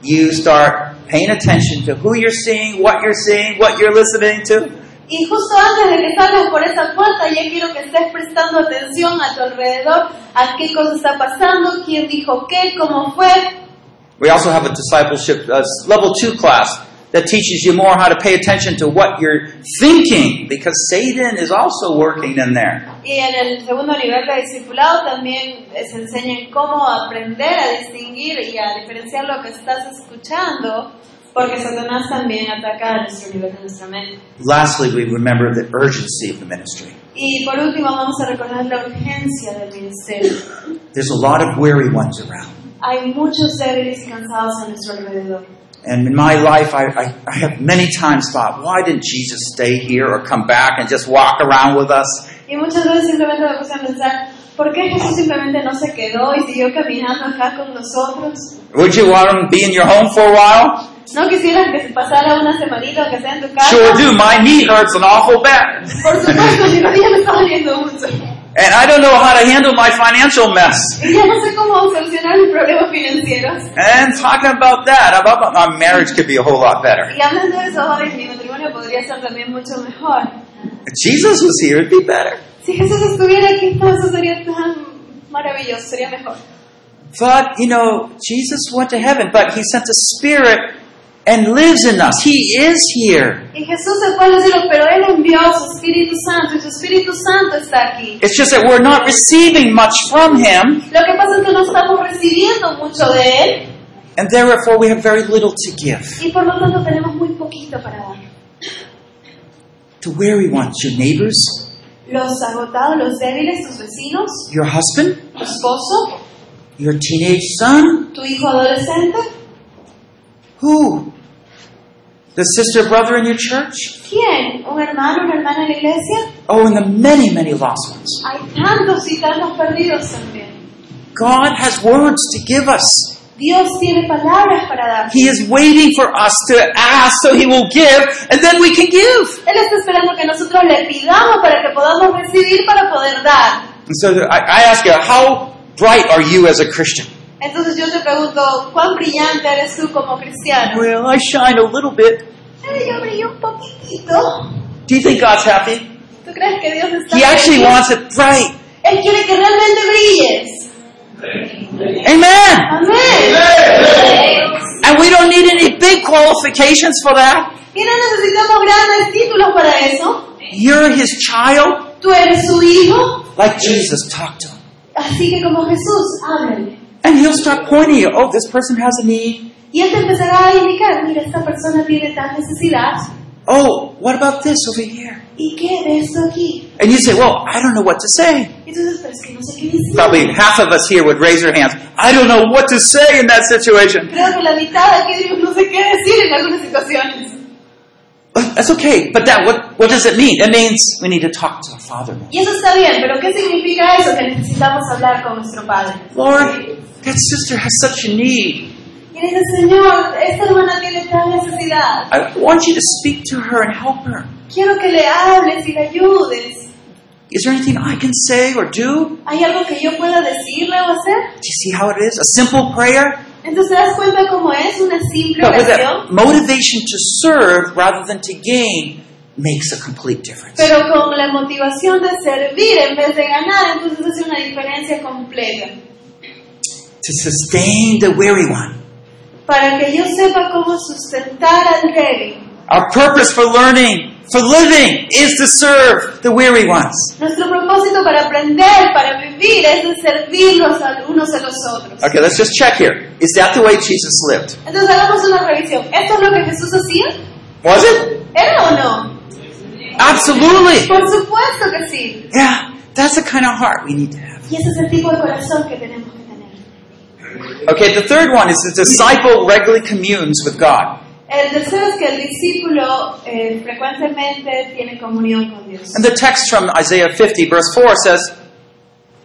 Speaker 3: you start paying attention to who you're seeing, what you're seeing, what you're listening to.
Speaker 4: Y justo antes de que salgas por esa puerta, ya quiero que estés prestando atención a tu alrededor, a qué cosa está pasando, quién dijo qué, cómo fue.
Speaker 3: We also have a discipleship uh, level two class that teaches you more how to pay attention to what you're thinking because Satan is also working in there.
Speaker 4: Y en el segundo nivel de discipulado también eh, se enseña cómo aprender a distinguir y a diferenciar lo que estás escuchando, porque Satanás también ataca a nuestro nivel de nuestra mente.
Speaker 3: Lastly, we remember the urgency of the ministry.
Speaker 4: Y por último vamos a recordar la urgencia del ministerio.
Speaker 3: There's a lot of weary ones around.
Speaker 4: Hay muchos débiles y cansados a nuestro alrededor.
Speaker 3: And in my life, I, I, I have many times thought, why didn't Jesus stay here or come back and just walk around with us?
Speaker 4: Y muchas veces simplemente me puse a pensar, ¿por qué Jesús simplemente no se quedó y siguió caminando acá con nosotros?
Speaker 3: Would you want him to be in your home for a while?
Speaker 4: ¿No quisieras que se pasara una semanita aunque sea en tu casa?
Speaker 3: Sure do. My knee hurts an awful bad.
Speaker 4: Por supuesto, mi rodilla me está doliendo mucho.
Speaker 3: And I don't know how to handle my financial mess.
Speaker 4: Y ya no sé cómo solucionar mis problemas financieros.
Speaker 3: And talking about that, about my marriage could be a whole lot better.
Speaker 4: Y hablando de eso, ahora mi matrimonio podría ser también mucho mejor.
Speaker 3: If Jesus was here, it'd be better.
Speaker 4: Si Jesús estuviera aquí, todo eso sería tan maravilloso, sería mejor.
Speaker 3: But, you know, Jesus went to heaven, but he sent the Spirit and lives in us. He is here.
Speaker 4: Y Jesús se fue al cielo, pero Él envió a su Espíritu Santo y su Espíritu Santo está aquí.
Speaker 3: It's just that we're not receiving much from him,
Speaker 4: Lo que pasa es que no estamos recibiendo mucho de Él
Speaker 3: and therefore we have very little to give.
Speaker 4: y por lo tanto tenemos muy poquito para dar.
Speaker 3: The weary ones, your neighbors,
Speaker 4: Los agotados, los débiles, tus vecinos,
Speaker 3: your husband,
Speaker 4: tu esposo,
Speaker 3: your teenage son,
Speaker 4: tu hijo adolescente,
Speaker 3: who? The sister, brother in your church?
Speaker 4: ¿quién? ¿Un hermano, una hermana en la iglesia?
Speaker 3: Oh, and the many, many lost ones.
Speaker 4: Hay tantos y tantos perdidos también.
Speaker 3: God has words to give us.
Speaker 4: Dios tiene palabras para dar.
Speaker 3: He is waiting for us to ask so He will give, and then we can give.
Speaker 4: Él está esperando que nosotros le pidamos para que podamos recibir para poder dar.
Speaker 3: And so I, I ask you, how bright are you as a Christian?
Speaker 4: Entonces yo te pregunto, ¿cuán brillante eres tú como cristiano?
Speaker 3: Well, I shine a little bit.
Speaker 4: Eh, yo brillo un poquitito.
Speaker 3: Do you think God's happy?
Speaker 4: ¿Tú crees que Dios está
Speaker 3: He actually
Speaker 4: feliz?
Speaker 3: wants it bright.
Speaker 4: Él quiere que realmente brilles.
Speaker 3: Amen.
Speaker 4: Amén.
Speaker 3: And we don't need any big qualifications for that.
Speaker 4: Y no necesitamos grandes títulos para eso.
Speaker 3: You're His child,
Speaker 4: Tú eres su hijo,
Speaker 3: like Jesus. Talk to Him,
Speaker 4: así que como Jesús, háblale.
Speaker 3: and He'll start pointing you. Oh, this person has a need.
Speaker 4: Y él te empezará a indicar, mira, esta persona tiene tal necesidad.
Speaker 3: Oh, what about this over here?
Speaker 4: ¿Y qué de esto aquí?
Speaker 3: And you say, Well, I don't know what to say.
Speaker 4: Y tú dices, pero es que no sé qué decir.
Speaker 3: Probably half of us here would raise our hands. I don't know what to say in that situation.
Speaker 4: Creo que la mitad de aquí Dios no sé qué decir en algunas situaciones.
Speaker 3: That's okay, but that what what does it mean? It means we need to talk to the Father.
Speaker 4: Y eso está bien, pero ¿qué significa eso? Que necesitamos hablar con nuestro Padre.
Speaker 3: Lord, that sister has such a need.
Speaker 4: Y dice, Señor, esta hermana tiene tal necesidad.
Speaker 3: I want you to speak to her and help her.
Speaker 4: Quiero que le hables y le ayudes.
Speaker 3: Is there anything I can say or do? Do
Speaker 4: ¿Hay algo que yo pueda decirle o hacer?
Speaker 3: you see how it is? A simple prayer,
Speaker 4: Entonces te das cuenta cómo es una simple
Speaker 3: but with
Speaker 4: oración,
Speaker 3: that motivation to serve rather than to gain makes a complete difference.
Speaker 4: pero con la motivación de servir en vez de ganar, entonces hace una diferencia completa.
Speaker 3: To sustain the weary one.
Speaker 4: Para que yo sepa cómo sustentar al débil.
Speaker 3: Our purpose for learning, for living, is to serve the weary ones.
Speaker 4: Nuestro propósito para aprender, para vivir, es de servirlos a- unos a los otros.
Speaker 3: Okay, let's just check here. Is that the way Jesus lived?
Speaker 4: Entonces hagamos una revisión. ¿Esto es lo que Jesús hacía?
Speaker 3: Was it?
Speaker 4: ¿Era o no?
Speaker 3: Absolutely.
Speaker 4: Por supuesto que sí.
Speaker 3: Yeah, that's the kind of heart we need to have.
Speaker 4: Y ese es el tipo de corazón que tenemos que tener.
Speaker 3: Okay, the third one is the disciple regularly communes with God.
Speaker 4: El tercero es que el discípulo eh, frecuentemente tiene comunión con Dios.
Speaker 3: And the text from Isaiah 50, verse 4 says,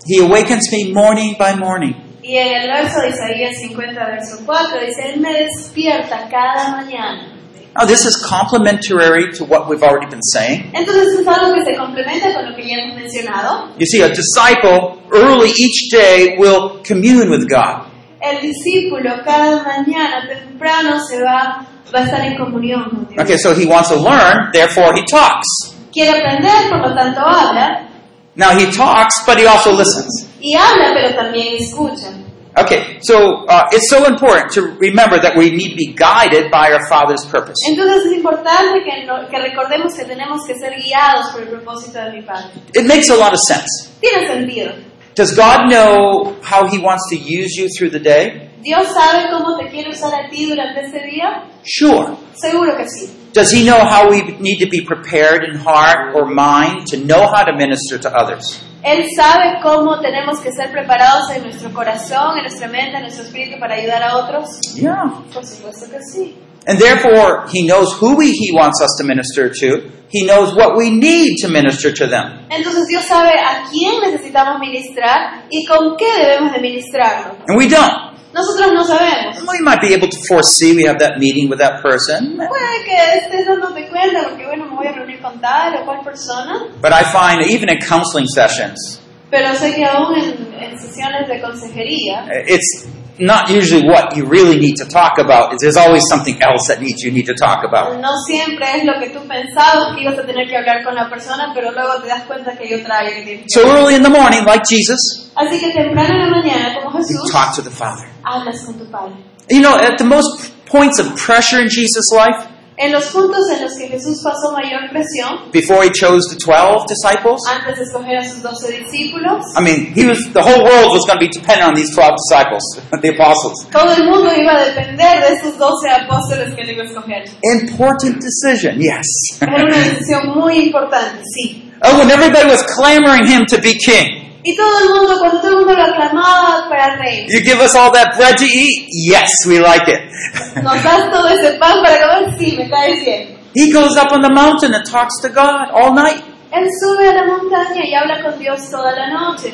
Speaker 3: He awakens me morning by morning.
Speaker 4: Y en el verso de Isaías 50, verso 4, dice, Él me despierta cada mañana.
Speaker 3: Now, this is complementary to what we've already been saying.
Speaker 4: Entonces es algo que se complementa con lo que ya hemos mencionado.
Speaker 3: You see, a disciple early each day will commune with God.
Speaker 4: El discípulo cada mañana temprano se va, va a estar en comunión con Dios.
Speaker 3: Okay, so he wants to learn, therefore he talks.
Speaker 4: Quiere aprender, por lo tanto habla.
Speaker 3: Now he talks, but he also listens.
Speaker 4: Y habla, pero también escucha.
Speaker 3: Okay, so uh, it's so important to remember that we need to be guided by our Father's purpose.
Speaker 4: Entonces es importante que, no- que recordemos que tenemos que ser guiados por el propósito de mi Padre.
Speaker 3: It makes a lot of sense.
Speaker 4: Tiene sentido.
Speaker 3: Does God know how He wants to use you through the day?
Speaker 4: ¿Dios sabe cómo te quiere usar a ti durante este día?
Speaker 3: Sure.
Speaker 4: Seguro que sí.
Speaker 3: Does He know how we need to be prepared in heart or mind to know how to minister to others?
Speaker 4: Él sabe cómo tenemos que ser preparados en nuestro corazón, en nuestra mente, en nuestro espíritu para ayudar a otros.
Speaker 3: Yeah.
Speaker 4: Por supuesto que sí.
Speaker 3: And therefore, He knows who we, He wants us to minister to. He knows what we need to minister to them.
Speaker 4: Entonces Dios sabe a quién necesitamos ministrar y con qué debemos de ministrarlo.
Speaker 3: And we don't.
Speaker 4: Nosotros no sabemos.
Speaker 3: We might be able to foresee we have that meeting with that person.
Speaker 4: Puede que estés dándote cuenta porque, bueno, me voy a reunir con tal o cual persona.
Speaker 3: But I find even in counseling sessions,
Speaker 4: Pero sé que aún en, en sesiones de consejería,
Speaker 3: It's not usually what you really need to talk about. There's always something else that needs you need to talk about.
Speaker 4: no siempre es lo que tú pensabas que ibas a tener que hablar con la persona, pero luego te das cuenta que hay otra área que tienes que
Speaker 3: So early in the morning, like Jesus,
Speaker 4: Así que temprano en la mañana, como
Speaker 3: you
Speaker 4: Jesús,
Speaker 3: talk to the Father.
Speaker 4: hablas con tu Padre.
Speaker 3: You know, at the most points of pressure in Jesus' life,
Speaker 4: En los puntos en los que Jesús pasó mayor presión,
Speaker 3: before he chose the 12 disciples,
Speaker 4: antes de escoger a sus doce discípulos,
Speaker 3: I mean, he was, the whole world was going to be dependent on these 12 disciples, the apostles.
Speaker 4: todo el mundo iba a depender de esos doce apóstoles que él iba a escoger.
Speaker 3: Important decision, yes.
Speaker 4: Era una decisión muy importante, sí.
Speaker 3: oh, when everybody was clamoring him to be king.
Speaker 4: Y todo el mundo, cuando todo el mundo lo aclamaba para rey,
Speaker 3: You give us all that bread to eat? Yes, we like it.
Speaker 4: nos das todo ese pan para comer, sí, me caes bien.
Speaker 3: he goes up on the mountain and talks to God all night.
Speaker 4: Él sube a la montaña y habla con Dios toda la noche.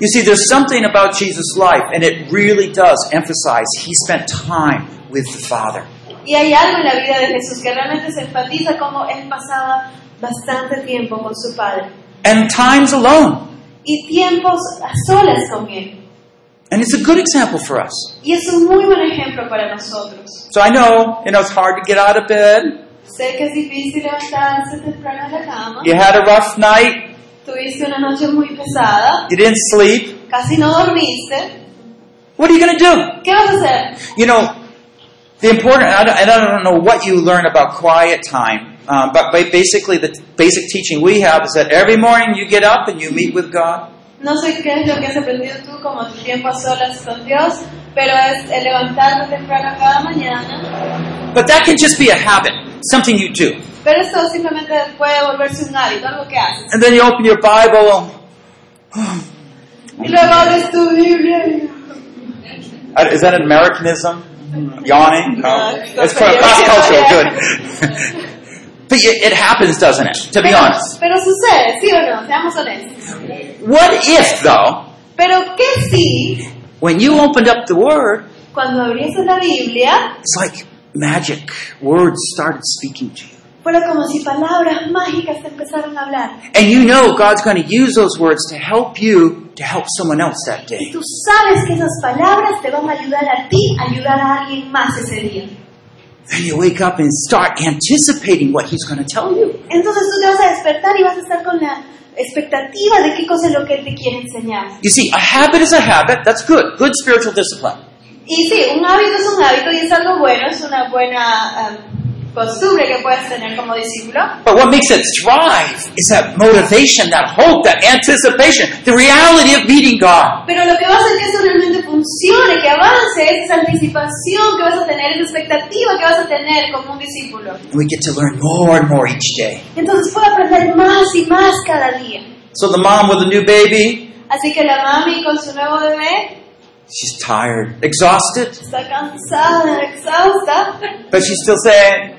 Speaker 3: You see, there's something about Jesus' life, and it really does emphasize he spent time with the Father.
Speaker 4: Y hay algo en la vida de Jesús que realmente se enfatiza como él pasaba bastante tiempo con su Padre.
Speaker 3: And times alone.
Speaker 4: Y tiempos a solas con él.
Speaker 3: And it's a good example for us.
Speaker 4: Y es un muy buen ejemplo para nosotros.
Speaker 3: So I know, you know, it's hard to get out of bed.
Speaker 4: Sé que es difícil levantarse temprano de la cama.
Speaker 3: You had a rough night.
Speaker 4: Tuviste una noche muy pesada.
Speaker 3: You didn't sleep.
Speaker 4: Casi no dormiste.
Speaker 3: What are you going to do?
Speaker 4: ¿Qué vas a hacer?
Speaker 3: You know, the important, and I don't, and I don't know what you learn about quiet time, um, but ba- basically the t- basic teaching we have is that every morning you get up and you meet with God.
Speaker 4: No sé qué es lo que has aprendido tú como tu tiempo a solas con Dios, pero es el levantarte temprano cada mañana.
Speaker 3: But that can just be a habit, something you do.
Speaker 4: Pero esto simplemente puede volverse un hábito, algo que haces.
Speaker 3: And then you open your Bible and
Speaker 4: Y luego abres tu Biblia y...
Speaker 3: Uh, Is that an Americanism? Yawning? No.
Speaker 4: No,
Speaker 3: It's
Speaker 4: it's
Speaker 3: cross
Speaker 4: okay.
Speaker 3: cultural, good. but it, it happens, doesn't it? To be
Speaker 4: Pero,
Speaker 3: honest.
Speaker 4: pero sucede, sí o no, seamos honestos.
Speaker 3: What if, though,
Speaker 4: Pero ¿qué si
Speaker 3: when you opened up the Word,
Speaker 4: cuando abrieses la Biblia
Speaker 3: it's like magic. Words started speaking to you.
Speaker 4: fuera como si palabras mágicas te empezaran a hablar?
Speaker 3: And you know God's going to use those words to help you to help someone else that
Speaker 4: Y
Speaker 3: day.
Speaker 4: tú sabes que esas palabras te van a ayudar a ti, a ayudar a alguien más ese día.
Speaker 3: Then you wake up and start anticipating what He's going to tell you.
Speaker 4: Entonces tú te vas a despertar y vas a estar con la expectativa de qué cosa es lo que él te quiere enseñar.
Speaker 3: You see, a habit is a habit. That's good. Good spiritual discipline.
Speaker 4: Y sí, un hábito es un hábito y es algo bueno, es una buena um, costumbre que puedes tener como discípulo.
Speaker 3: But what makes it thrive is that motivation, that hope, that anticipation, the reality of meeting God.
Speaker 4: Pero lo que va a hacer que eso realmente funcione, que avance, es esa anticipación que vas a tener, esa expectativa que vas a tener como un discípulo.
Speaker 3: And we get to learn more and more each day.
Speaker 4: Entonces puede aprender más y más cada día.
Speaker 3: So the mom with a new baby,
Speaker 4: Así que la mami con su nuevo bebé
Speaker 3: she's tired, exhausted,
Speaker 4: está cansada, exhausta,
Speaker 3: but she's still saying,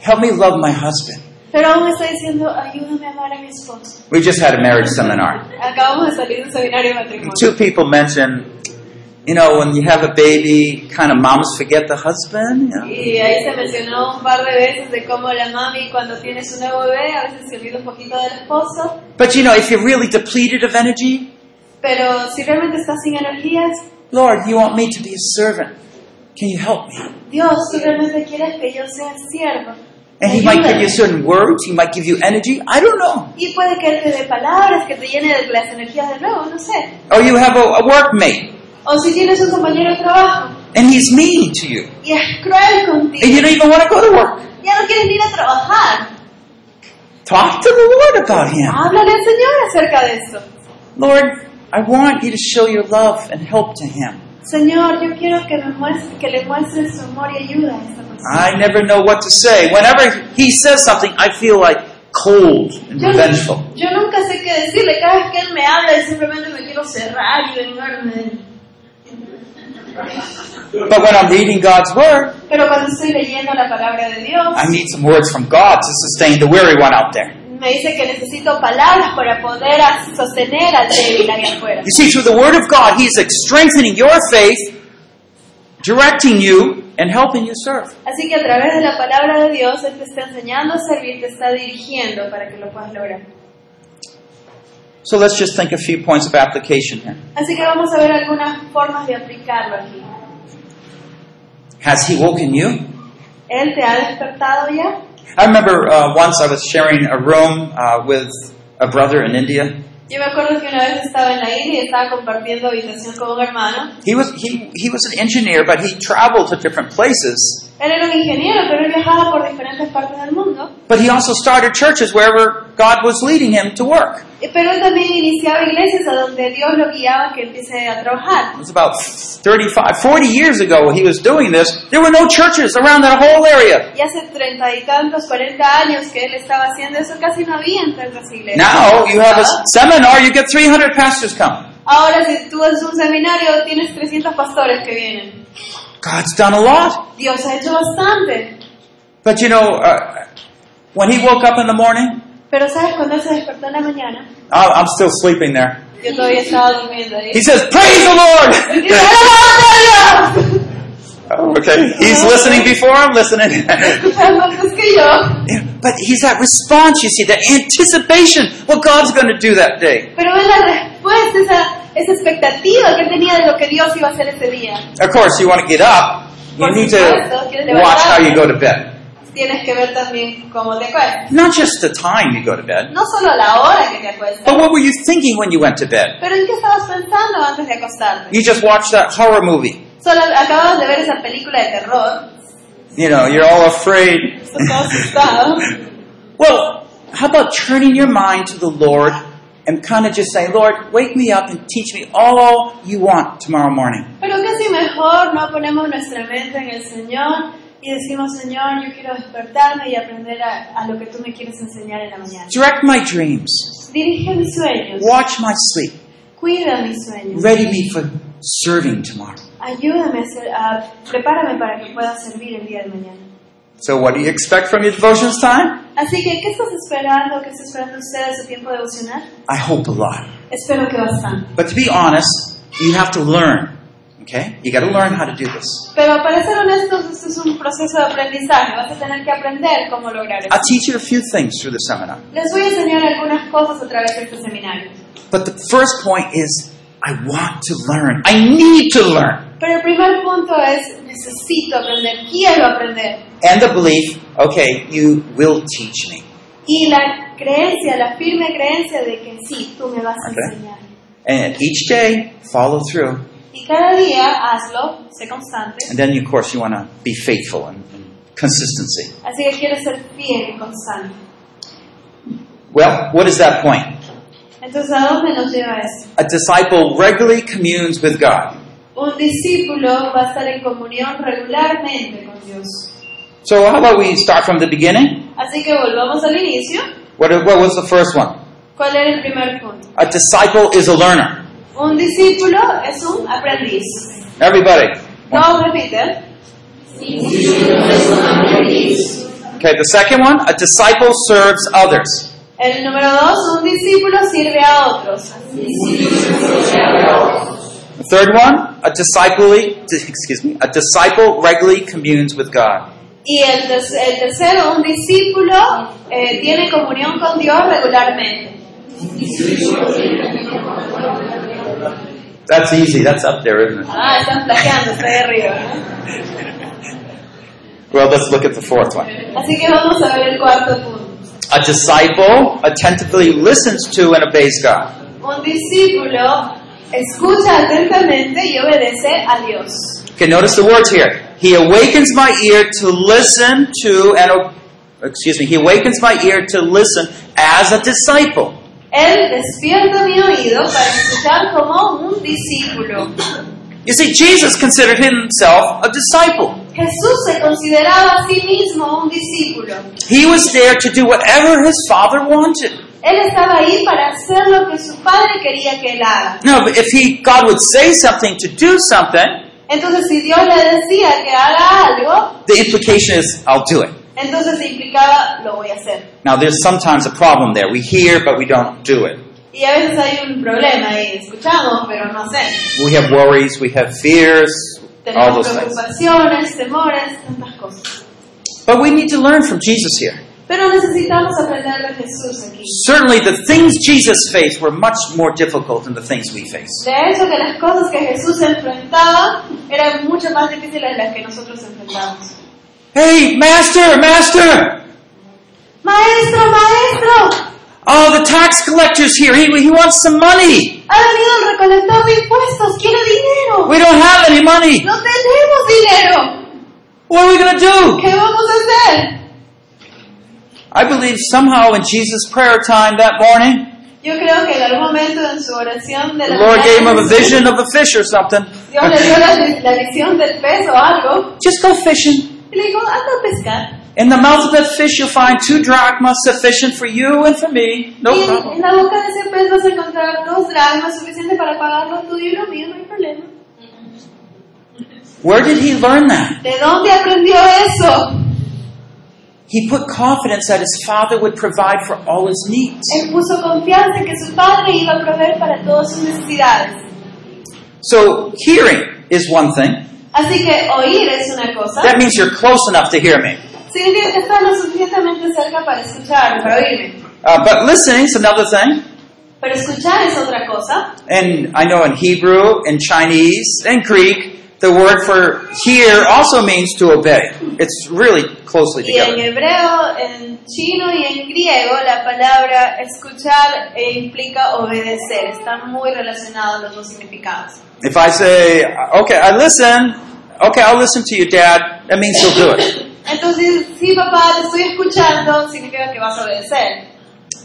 Speaker 3: Help me love my husband.
Speaker 4: pero aún está diciendo, ayúdame a amar a mi esposo.
Speaker 3: We just had a marriage seminar.
Speaker 4: Acabamos de salir de un seminario de matrimonio.
Speaker 3: Two people mentioned, you know, when you have a baby, kind of moms forget the husband. You know?
Speaker 4: Y ahí se mencionó un par de veces de cómo la mami cuando tiene su nuevo bebé a veces se olvida un poquito del esposo,
Speaker 3: But you know, if you're really depleted of energy,
Speaker 4: pero si realmente está sin energías,
Speaker 3: Lord, you want me to be a servant. Can you help me?
Speaker 4: Dios, tú realmente quieres que yo sea siervo.
Speaker 3: And he might give
Speaker 4: Ayúdame.
Speaker 3: you certain words, he might give you energy. I don't know.
Speaker 4: Y puede que él te dé palabras, que te llene de las energías de nuevo, no sé.
Speaker 3: Or you have a, a workmate
Speaker 4: O si tienes un compañero de trabajo
Speaker 3: and he's mean to you.
Speaker 4: y es cruel
Speaker 3: And you
Speaker 4: contigo,
Speaker 3: don't even want to go to work.
Speaker 4: ya no quieres ni ir a trabajar.
Speaker 3: Talk to the Lord about him.
Speaker 4: Háblale al Señor acerca de esto.
Speaker 3: Lord, I want you to show your love and help to him.
Speaker 4: Señor, yo quiero que, me muestre, que le muestres su amor y ayuda a esta persona.
Speaker 3: I never know what to say. Whenever he says something, I feel like cold and
Speaker 4: Yo,
Speaker 3: revengeful.
Speaker 4: yo nunca sé qué decirle. Cada vez que él me habla, yo simplemente me quiero cerrar y vengarme de él.
Speaker 3: But when I'm reading God's word,
Speaker 4: Pero cuando estoy leyendo la palabra de Dios,
Speaker 3: I need some words from God to sustain the weary one out there.
Speaker 4: me dice que necesito palabras para poder as- sostener al débil ahí afuera.
Speaker 3: You see, through the Word of God, He's like, strengthening your faith, directing you, and helping you serve.
Speaker 4: Así que a través de la palabra de Dios, Él te está enseñando a servir, te está dirigiendo para que lo puedas lograr.
Speaker 3: So let's just think a few points of application here.
Speaker 4: Así que vamos a ver algunas formas de aplicarlo aquí.
Speaker 3: Has He woken you?
Speaker 4: ¿Él te ha despertado ya?
Speaker 3: I remember uh, once I was sharing a room uh, with a brother in India.
Speaker 4: Yo me acuerdo que una vez estaba en la India y estaba compartiendo habitación con un hermano.
Speaker 3: He was he, he was an engineer, but he traveled to different places.
Speaker 4: Él era un ingeniero, pero él viajaba por diferentes partes del mundo.
Speaker 3: But he also started churches wherever God was leading him to work.
Speaker 4: Eh, Pero él también iniciaba iglesias a donde Dios lo guiaba que empiece a trabajar.
Speaker 3: It was about 35, 40 years ago when he was doing this. There were no churches around that whole area.
Speaker 4: Y hace treinta y tantos, cuarenta años que él estaba haciendo eso, casi no había en tantas iglesias.
Speaker 3: Now you have a seminar, you get 300 pastors come.
Speaker 4: Ahora si tú haces un seminario tienes 300 pastores que vienen.
Speaker 3: God's done a lot.
Speaker 4: Dios ha hecho bastante.
Speaker 3: But you know, uh, when he woke up in the morning,
Speaker 4: Pero ¿sabes cuando él se despertó en la mañana?
Speaker 3: I- I'm still sleeping there.
Speaker 4: Yo todavía estaba durmiendo ahí.
Speaker 3: He says, Praise the Lord!
Speaker 4: Y dice, "¡Alabado sea Dios!"
Speaker 3: Oh, okay. He's listening before I'm listening.
Speaker 4: Antes que yo.
Speaker 3: but he's that response, you see, that anticipation, what God's going to do that day.
Speaker 4: Pero es la respuesta, esa, esa expectativa que él tenía de lo que Dios iba a hacer ese día.
Speaker 3: Of course, you want to get up, you
Speaker 4: Por
Speaker 3: need
Speaker 4: supuesto,
Speaker 3: to
Speaker 4: tienes que
Speaker 3: watch how you
Speaker 4: levantarte.
Speaker 3: go to bed.
Speaker 4: Tienes que ver también cómo te acuestas.
Speaker 3: Not just the time you go to bed,
Speaker 4: No solo a la hora que te
Speaker 3: but
Speaker 4: acuestas,
Speaker 3: what were you thinking when you went to bed?
Speaker 4: pero en qué estabas pensando antes de acostarte.
Speaker 3: You just watched that horror movie.
Speaker 4: Solo acabas de ver esa película de terror,
Speaker 3: You know, you're all afraid.
Speaker 4: estás todo asustado.
Speaker 3: Well, how about turning your mind to the Lord and kind of just saying, Lord, wake me up and teach me all you want tomorrow morning?
Speaker 4: Pero casi mejor no ponemos nuestra mente en el Señor y decimos, Señor, yo quiero despertarme y aprender a, a lo que tú me quieres enseñar en la mañana.
Speaker 3: Direct my dreams.
Speaker 4: Dirige mis sueños,
Speaker 3: Watch my sleep.
Speaker 4: cuida mis sueños,
Speaker 3: Ready me for serving tomorrow.
Speaker 4: ayúdame a ser, a- prepárame para que pueda servir el día de mañana.
Speaker 3: So, what do you expect from your devotions time?
Speaker 4: Así que, ¿qué estás esperando? ¿Qué está esperando usted de su tiempo devocional?
Speaker 3: I hope a lot.
Speaker 4: Espero que bastante.
Speaker 3: But to be honest, you have to learn. Okay? You got to learn how to do this.
Speaker 4: Pero para ser honestos, esto es un proceso de aprendizaje. Vas a tener que aprender cómo lograr eso.
Speaker 3: I'll teach you a few things through the seminar.
Speaker 4: Les voy a enseñar algunas cosas a través de este seminario.
Speaker 3: But the first point is I want to learn. I need to learn.
Speaker 4: Pero el primer punto es, necesito aprender, quiero aprender.
Speaker 3: And the belief, okay, you will teach me.
Speaker 4: Y la creencia, la firme creencia de que sí, tú me vas a
Speaker 3: Ok.
Speaker 4: enseñar.
Speaker 3: And each day, follow through.
Speaker 4: Y cada día hazlo, sé constante.
Speaker 3: And then, of course, you want to be faithful and, and consistency.
Speaker 4: Así que quiero ser fiel y constante.
Speaker 3: Well, what is that point?
Speaker 4: Entonces, ¿a dónde nos lleva eso?
Speaker 3: A disciple regularly communes with God.
Speaker 4: Un discípulo va a estar en comunión regularmente con Dios.
Speaker 3: So how about we start from the beginning?
Speaker 4: Así que volvamos al inicio.
Speaker 3: What, what was the first one?
Speaker 4: ¿Cuál era el primer punto?
Speaker 3: A disciple is a learner.
Speaker 4: Un discípulo es un aprendiz.
Speaker 3: Everybody.
Speaker 4: No, repite.
Speaker 3: Okay, the second one, a disciple serves others.
Speaker 4: El número dos, un discípulo sirve a otros.
Speaker 3: The third one, a disciple, excuse me, a disciple regularly communes with God.
Speaker 4: Y el, ter- el tercero, un discípulo eh, tiene comunión con Dios regularmente.
Speaker 3: That's easy. That's up there, isn't it?
Speaker 4: Ah, están plagiando, está de arriba.
Speaker 3: Well, let's look at the fourth one.
Speaker 4: Así que vamos a ver el cuarto punto.
Speaker 3: A disciple attentively listens to and obeys God.
Speaker 4: Un discípulo escucha atentamente y obedece a Dios.
Speaker 3: Okay, notice the words here. He awakens my ear to listen to and o- excuse me, he awakens my ear to listen as a disciple.
Speaker 4: Él despierta mi oído para escuchar como un discípulo.
Speaker 3: You see, Jesus considered himself a disciple.
Speaker 4: Jesús se consideraba a sí mismo un discípulo.
Speaker 3: He was there to do whatever his father wanted.
Speaker 4: Él estaba ahí para hacer lo que su padre quería que él haga.
Speaker 3: No, but if he God would say something to do something,
Speaker 4: Entonces, si Dios le decía que haga algo,
Speaker 3: the implication is I'll do it.
Speaker 4: entonces implicaba, lo voy a hacer.
Speaker 3: Now there's sometimes a problem there. We hear but we don't do it.
Speaker 4: Y a veces hay un problema ahí, escuchamos, pero no hacemos.
Speaker 3: We have worries, we have fears, all
Speaker 4: Tenemos
Speaker 3: those things.
Speaker 4: preocupaciones, temores, tantas cosas.
Speaker 3: But we need to learn from Jesus here.
Speaker 4: Pero necesitamos aprender de Jesús aquí.
Speaker 3: Certainly, the things Jesus faced were much more difficult than the things we face.
Speaker 4: De hecho, que las cosas que Jesús enfrentaba eran mucho más difíciles de las que nosotros enfrentamos.
Speaker 3: Hey, Master, Master!
Speaker 4: Maestro, maestro,
Speaker 3: Oh, the tax collector's here. He, he wants some money.
Speaker 4: ha venido el recolector de impuestos, quiere dinero.
Speaker 3: We don't have any money.
Speaker 4: No tenemos dinero.
Speaker 3: What are we going to do?
Speaker 4: ¿Qué vamos a hacer?
Speaker 3: I believe somehow in Jesus' prayer time that morning,
Speaker 4: Yo creo que en algún momento en su oración de
Speaker 3: the
Speaker 4: la
Speaker 3: Lord gave him a
Speaker 4: mañana,
Speaker 3: vision of a fish or something.
Speaker 4: Dios le dio la, la visión del pez o algo
Speaker 3: Just go fishing.
Speaker 4: y le dijo, anda a pescar.
Speaker 3: In the mouth of that fish, you'll find two drachmas sufficient for you and for me. No
Speaker 4: y en-
Speaker 3: problem.
Speaker 4: en la boca de ese pez vas a encontrar dos dramas suficientes para pagar lo tuyo y lo mío, no hay problema.
Speaker 3: Where did he learn that?
Speaker 4: ¿De dónde aprendió eso?
Speaker 3: He put confidence that his father would provide for all his needs.
Speaker 4: Él puso confianza en que su padre iba a proveer para todas sus necesidades.
Speaker 3: So, hearing is one thing.
Speaker 4: Así que oír es una cosa.
Speaker 3: That means you're close enough to hear me.
Speaker 4: Significa que estás lo suficientemente cerca para escuchar, para oírme.
Speaker 3: Uh, but listening is another thing.
Speaker 4: Pero escuchar es otra cosa.
Speaker 3: And I know in Hebrew, in Chinese, and Greek, the word for hear also means to obey. It's really closely
Speaker 4: Y en
Speaker 3: together.
Speaker 4: hebreo, en chino y en griego, la palabra escuchar e implica obedecer. Están muy relacionados los dos significados.
Speaker 3: If I say, okay, I listen, okay, I'll listen to you, Dad, that means you'll do it.
Speaker 4: Entonces, sí, papá, te estoy escuchando, significa que vas a obedecer.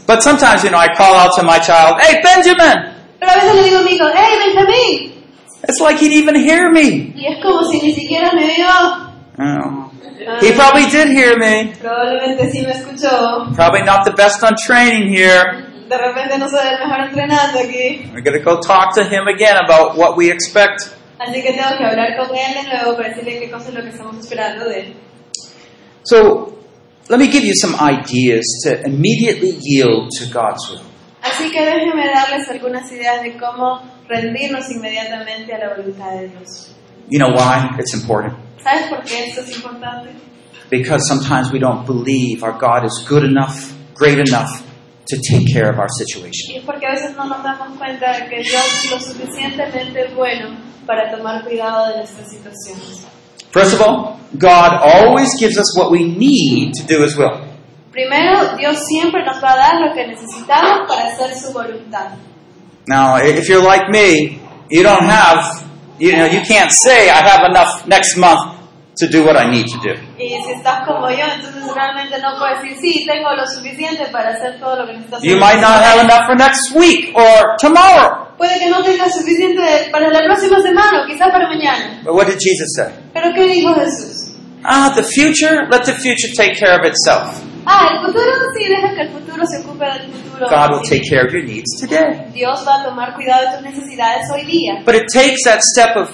Speaker 3: But sometimes, you know, I call out to my child, hey, Benjamin!
Speaker 4: Pero a veces le digo a mi hijo, ¡Hey, Benjamín!
Speaker 3: It's like he'd even hear me.
Speaker 4: Y es como si ni siquiera me vio. Ah,
Speaker 3: Oh. He probably did hear me.
Speaker 4: Probablemente sí me escuchó.
Speaker 3: Probably not the best on training here.
Speaker 4: De repente no soy el mejor entrenando aquí.
Speaker 3: We're going to go talk to him again about what we expect.
Speaker 4: Así que tengo que hablar con él de nuevo para decirle qué cosa es lo que estamos esperando de él.
Speaker 3: So, let me give you some ideas to immediately yield to God's will.
Speaker 4: Así que déjenme darles algunas ideas de cómo rendirnos inmediatamente a la voluntad de Dios.
Speaker 3: You know why? It's important.
Speaker 4: ¿Sabes por qué esto es importante?
Speaker 3: Because sometimes we don't believe our God is good enough, great enough to take care of our situation.
Speaker 4: Y es porque a veces no nos damos cuenta de que Dios es lo suficientemente bueno para tomar cuidado de nuestras situaciones.
Speaker 3: First of all, God always gives us what we need to do His will.
Speaker 4: Primero, Dios siempre nos va a dar lo que necesitamos para hacer su voluntad.
Speaker 3: Now, i- if you're like me, you don't have, you know, you can't say, I have enough next month to do what I need to do.
Speaker 4: Y si estás como yo, entonces realmente no puedes decir, sí, tengo lo suficiente para hacer todo lo que necesito. hacer".
Speaker 3: You might not have enough for next week or tomorrow.
Speaker 4: Puede que no tengas suficiente para la próxima semana o quizás para mañana.
Speaker 3: But what did Jesus say?
Speaker 4: Pero ¿qué dijo Jesús?
Speaker 3: Ah, the future, let the future take care of itself.
Speaker 4: Ah, el futuro sí, deja que el futuro se ocupe del futuro.
Speaker 3: God will
Speaker 4: Sí.
Speaker 3: take care of your needs today.
Speaker 4: Dios va a tomar cuidado de tus necesidades hoy día.
Speaker 3: But it takes that step of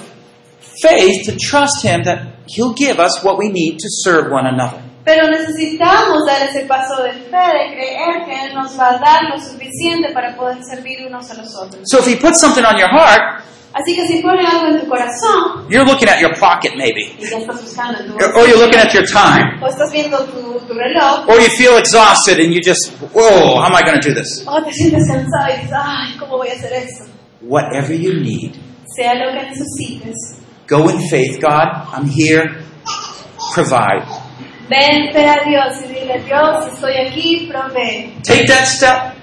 Speaker 3: faith to trust Him that He'll give us what we need to serve one another.
Speaker 4: Pero necesitamos dar ese paso de fe, de creer que Él nos va a dar lo suficiente para poder servir unos a los otros.
Speaker 3: So if He puts something on your heart,
Speaker 4: Así que si pone algo en tu corazón,
Speaker 3: you're looking at your pocket maybe,
Speaker 4: y ya estás buscando en tu
Speaker 3: or you're looking at your time,
Speaker 4: o estás viendo tu, tu reloj,
Speaker 3: or you feel exhausted and you just, whoa, how am I going to do this?
Speaker 4: o te sientes cansado y dices, ay, ¿cómo voy a hacer eso?
Speaker 3: Whatever you need,
Speaker 4: Sea lo que necesites.
Speaker 3: go in faith. God, I'm here. Provide.
Speaker 4: Ven, ve a Dios y dile, Dios, estoy aquí, provee.
Speaker 3: Take that step,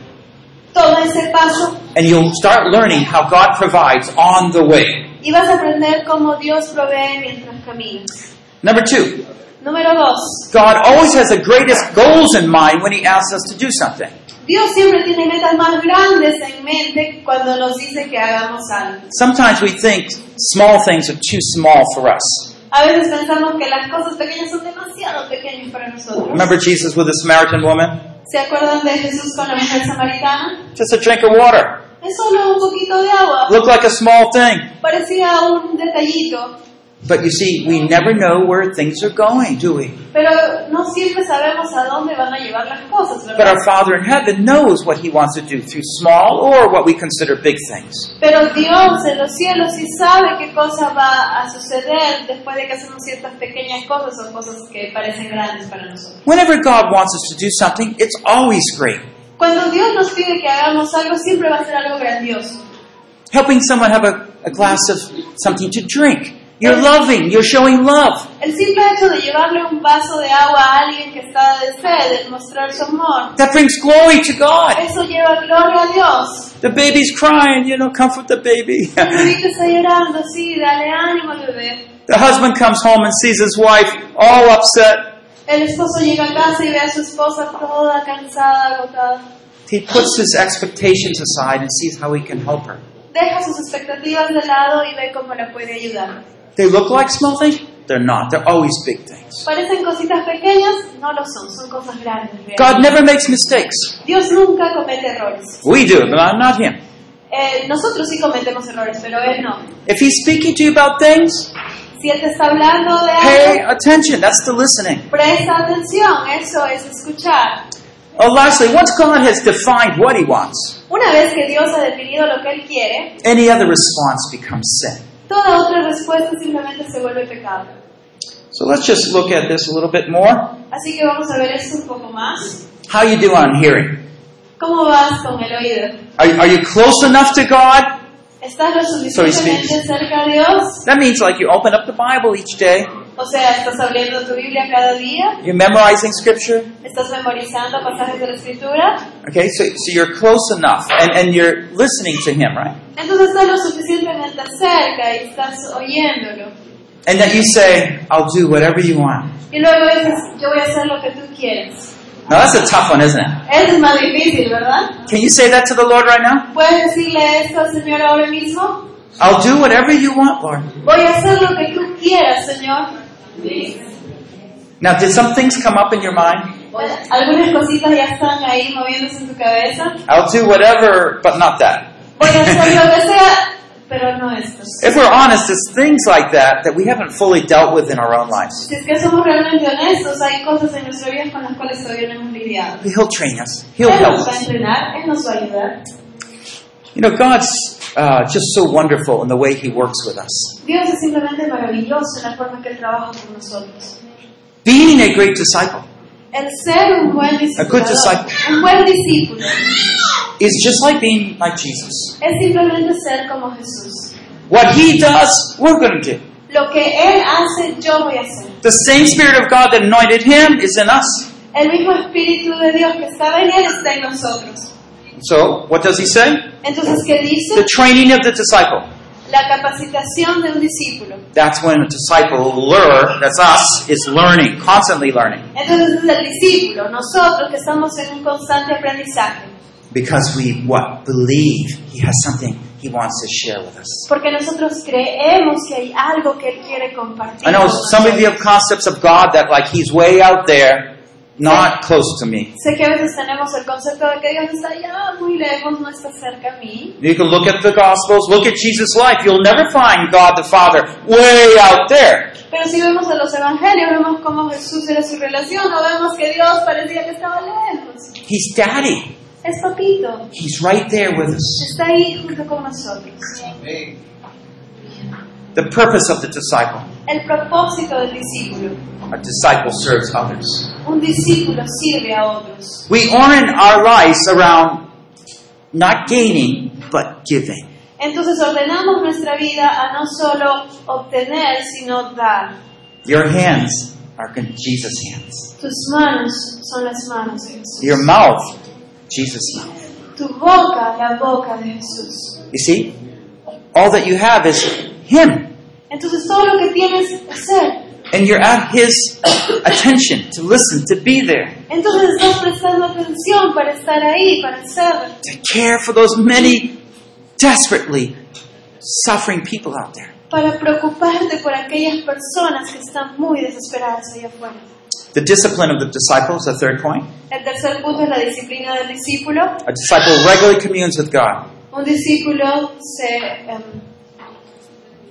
Speaker 4: Toma ese paso
Speaker 3: and you'll start learning how God provides on the way.
Speaker 4: y vas a aprender cómo Dios provee mientras caminas.
Speaker 3: Number two,
Speaker 4: Número dos.
Speaker 3: God always has the greatest goals in mind when He asks us to do something.
Speaker 4: Dios siempre tiene metas más grandes en mente cuando nos dice que hagamos algo.
Speaker 3: Sometimes we think small things are too small for us.
Speaker 4: A veces pensamos que las cosas pequeñas son demasiado pequeñas para nosotros.
Speaker 3: Remember Jesus with the Samaritan woman?
Speaker 4: ¿Se acuerdan de Jesús con la mujer samaritana?
Speaker 3: Just a drink of water.
Speaker 4: Es solo un poquito de agua.
Speaker 3: Looked like a small thing.
Speaker 4: Parecía un detallito,
Speaker 3: But you see, we never know where things are going, do we?
Speaker 4: Pero no siempre sabemos a dónde van a llevar las cosas,
Speaker 3: But
Speaker 4: ¿verdad?
Speaker 3: our Father in heaven knows what He wants to do through small or what we consider big things.
Speaker 4: Pero Dios en los cielos sí sabe qué cosa va a suceder después de que hacemos ciertas pequeñas cosas o cosas que parecen grandes para nosotros.
Speaker 3: Whenever God wants us to do something, it's always great.
Speaker 4: Cuando Dios nos pide que hagamos algo, siempre va a ser algo grandioso.
Speaker 3: Helping someone have a, a glass of something to drink. You're loving, you're showing love.
Speaker 4: El simple hecho de llevarle un vaso de agua a alguien que está de sed, el mostrar su amor,
Speaker 3: That brings glory to God.
Speaker 4: eso lleva gloria a Dios.
Speaker 3: The baby's crying, you know, comfort the baby.
Speaker 4: El bebito está llorando, sí, dale ánimo al bebé.
Speaker 3: The husband comes home and sees his wife all upset.
Speaker 4: El esposo llega a casa y ve a su esposa toda cansada, agotada.
Speaker 3: He puts his expectations aside and sees how he can help her.
Speaker 4: Deja sus expectativas de lado y ve cómo la puede ayudar.
Speaker 3: They look like small things. They're not. They're always big things.
Speaker 4: Parecen cositas pequeñas, no lo son, son cosas grandes. realmente.
Speaker 3: God never makes mistakes.
Speaker 4: Dios nunca comete errores.
Speaker 3: We do, but not not him.
Speaker 4: Eh, nosotros sí cometemos errores, pero Él no.
Speaker 3: If he's speaking to you about things,
Speaker 4: Si Él te está hablando de
Speaker 3: pay
Speaker 4: algo,
Speaker 3: attention. That's the listening.
Speaker 4: presta atención, eso es escuchar.
Speaker 3: Oh, lastly, once God has defined what he wants,
Speaker 4: Una vez que Dios ha definido lo que Él quiere,
Speaker 3: any other response becomes sin.
Speaker 4: toda otra respuesta simplemente se vuelve pecado.
Speaker 3: So let's just look at this a little bit more.
Speaker 4: Así que vamos a ver esto un poco más.
Speaker 3: How you do on hearing?
Speaker 4: ¿Cómo vas con el oído?
Speaker 3: Are, are you close enough to God?
Speaker 4: ¿Estás lo suficientemente cerca de Dios?
Speaker 3: That means like you open up the Bible each day,
Speaker 4: O sea, estás abriendo tu Biblia cada día,
Speaker 3: you're memorizing scripture.
Speaker 4: estás memorizando pasajes de la Escritura,
Speaker 3: Okay, so, so you're close enough and, and you're listening to him, right?
Speaker 4: entonces estás lo suficientemente cerca y estás oyéndolo.
Speaker 3: And that you say, I'll do whatever you want.
Speaker 4: Y luego dices, yo voy a hacer lo que tú quieres.
Speaker 3: Now that's a tough one, isn't it?
Speaker 4: Eso es más difícil, ¿verdad?
Speaker 3: Can you say that to the Lord right now?
Speaker 4: ¿Puedes decirle esto al Señor ahora mismo?
Speaker 3: I'll do whatever you want, Lord.
Speaker 4: Voy a hacer lo que tú quieras, Señor.
Speaker 3: Now, did some things come up in your mind?
Speaker 4: Bueno, Algunas cositas ya están ahí moviéndose en tu cabeza.
Speaker 3: I'll do whatever, but not that.
Speaker 4: Voy a hacer lo que sea, pero no esto.
Speaker 3: If we're honest, it's things like that that we haven't fully dealt with in our own lives.
Speaker 4: Si es que somos realmente honestos, hay cosas en nuestra vida con las cuales todavía no hemos lidiado.
Speaker 3: He'll train us. He'll
Speaker 4: Él
Speaker 3: help
Speaker 4: nos va a
Speaker 3: us.
Speaker 4: entrenar, Él nos va a ayudar.
Speaker 3: You know, God's uh, just so wonderful in the way He works with us.
Speaker 4: Dios es simplemente maravilloso en la forma que Él trabaja con nosotros.
Speaker 3: Being a great disciple
Speaker 4: El ser un buen discípulo,
Speaker 3: disciple.
Speaker 4: un buen discípulo,
Speaker 3: is just like being like Jesus.
Speaker 4: es simplemente ser como Jesús.
Speaker 3: What He does, we're going to do.
Speaker 4: Lo que Él hace, yo voy a hacer.
Speaker 3: The same Spirit of God that anointed Him is in us.
Speaker 4: El mismo Espíritu de Dios que estaba en Él está en nosotros.
Speaker 3: So, what does He say?
Speaker 4: Entonces, ¿qué dice?
Speaker 3: The training of the disciple.
Speaker 4: La capacitación de un discípulo.
Speaker 3: That's when a disciple learn, that's us, is learning, constantly learning.
Speaker 4: Entonces es el discípulo, nosotros que estamos en un constante aprendizaje.
Speaker 3: Because we what? Believe he has something he wants to share with us.
Speaker 4: Porque nosotros creemos que hay algo que Él quiere compartir.
Speaker 3: I know some of you have concepts of God that like he's way out there, not close to me.
Speaker 4: Sé que a veces tenemos el concepto de que Dios está allá muy lejos, no está cerca a mí.
Speaker 3: You can look at the gospels, look at Jesus' life, you'll never find God the Father way out there.
Speaker 4: Pero si vemos en los evangelios, vemos cómo Jesús era su relación, no vemos que Dios parecía que estaba lejos.
Speaker 3: He's daddy.
Speaker 4: Es papito,
Speaker 3: He's right there with us.
Speaker 4: está ahí junto con nosotros.
Speaker 3: The purpose of the disciple.
Speaker 4: El propósito del discípulo.
Speaker 3: A disciple serves others.
Speaker 4: Un discípulo sirve a otros.
Speaker 3: We orient our lives around not gaining, but giving.
Speaker 4: Entonces ordenamos nuestra vida a no solo obtener, sino dar.
Speaker 3: Your hands are in Jesus' hands.
Speaker 4: Tus manos son las manos de Jesús.
Speaker 3: Your mouth, Jesus' mouth.
Speaker 4: Tu boca, la boca de Jesús.
Speaker 3: You see? All that you have is Him.
Speaker 4: Entonces todo lo que tienes es Él.
Speaker 3: And you're at His attention to listen, to be there,
Speaker 4: Entonces estás prestando atención para estar ahí, para ser,
Speaker 3: to care for those many desperately suffering people out there.
Speaker 4: para preocuparte por aquellas personas que están muy desesperadas allá afuera.
Speaker 3: The discipline of the disciples, the third point.
Speaker 4: El tercer punto es la disciplina del discípulo.
Speaker 3: A disciple regularly communes with God.
Speaker 4: Un discípulo se em,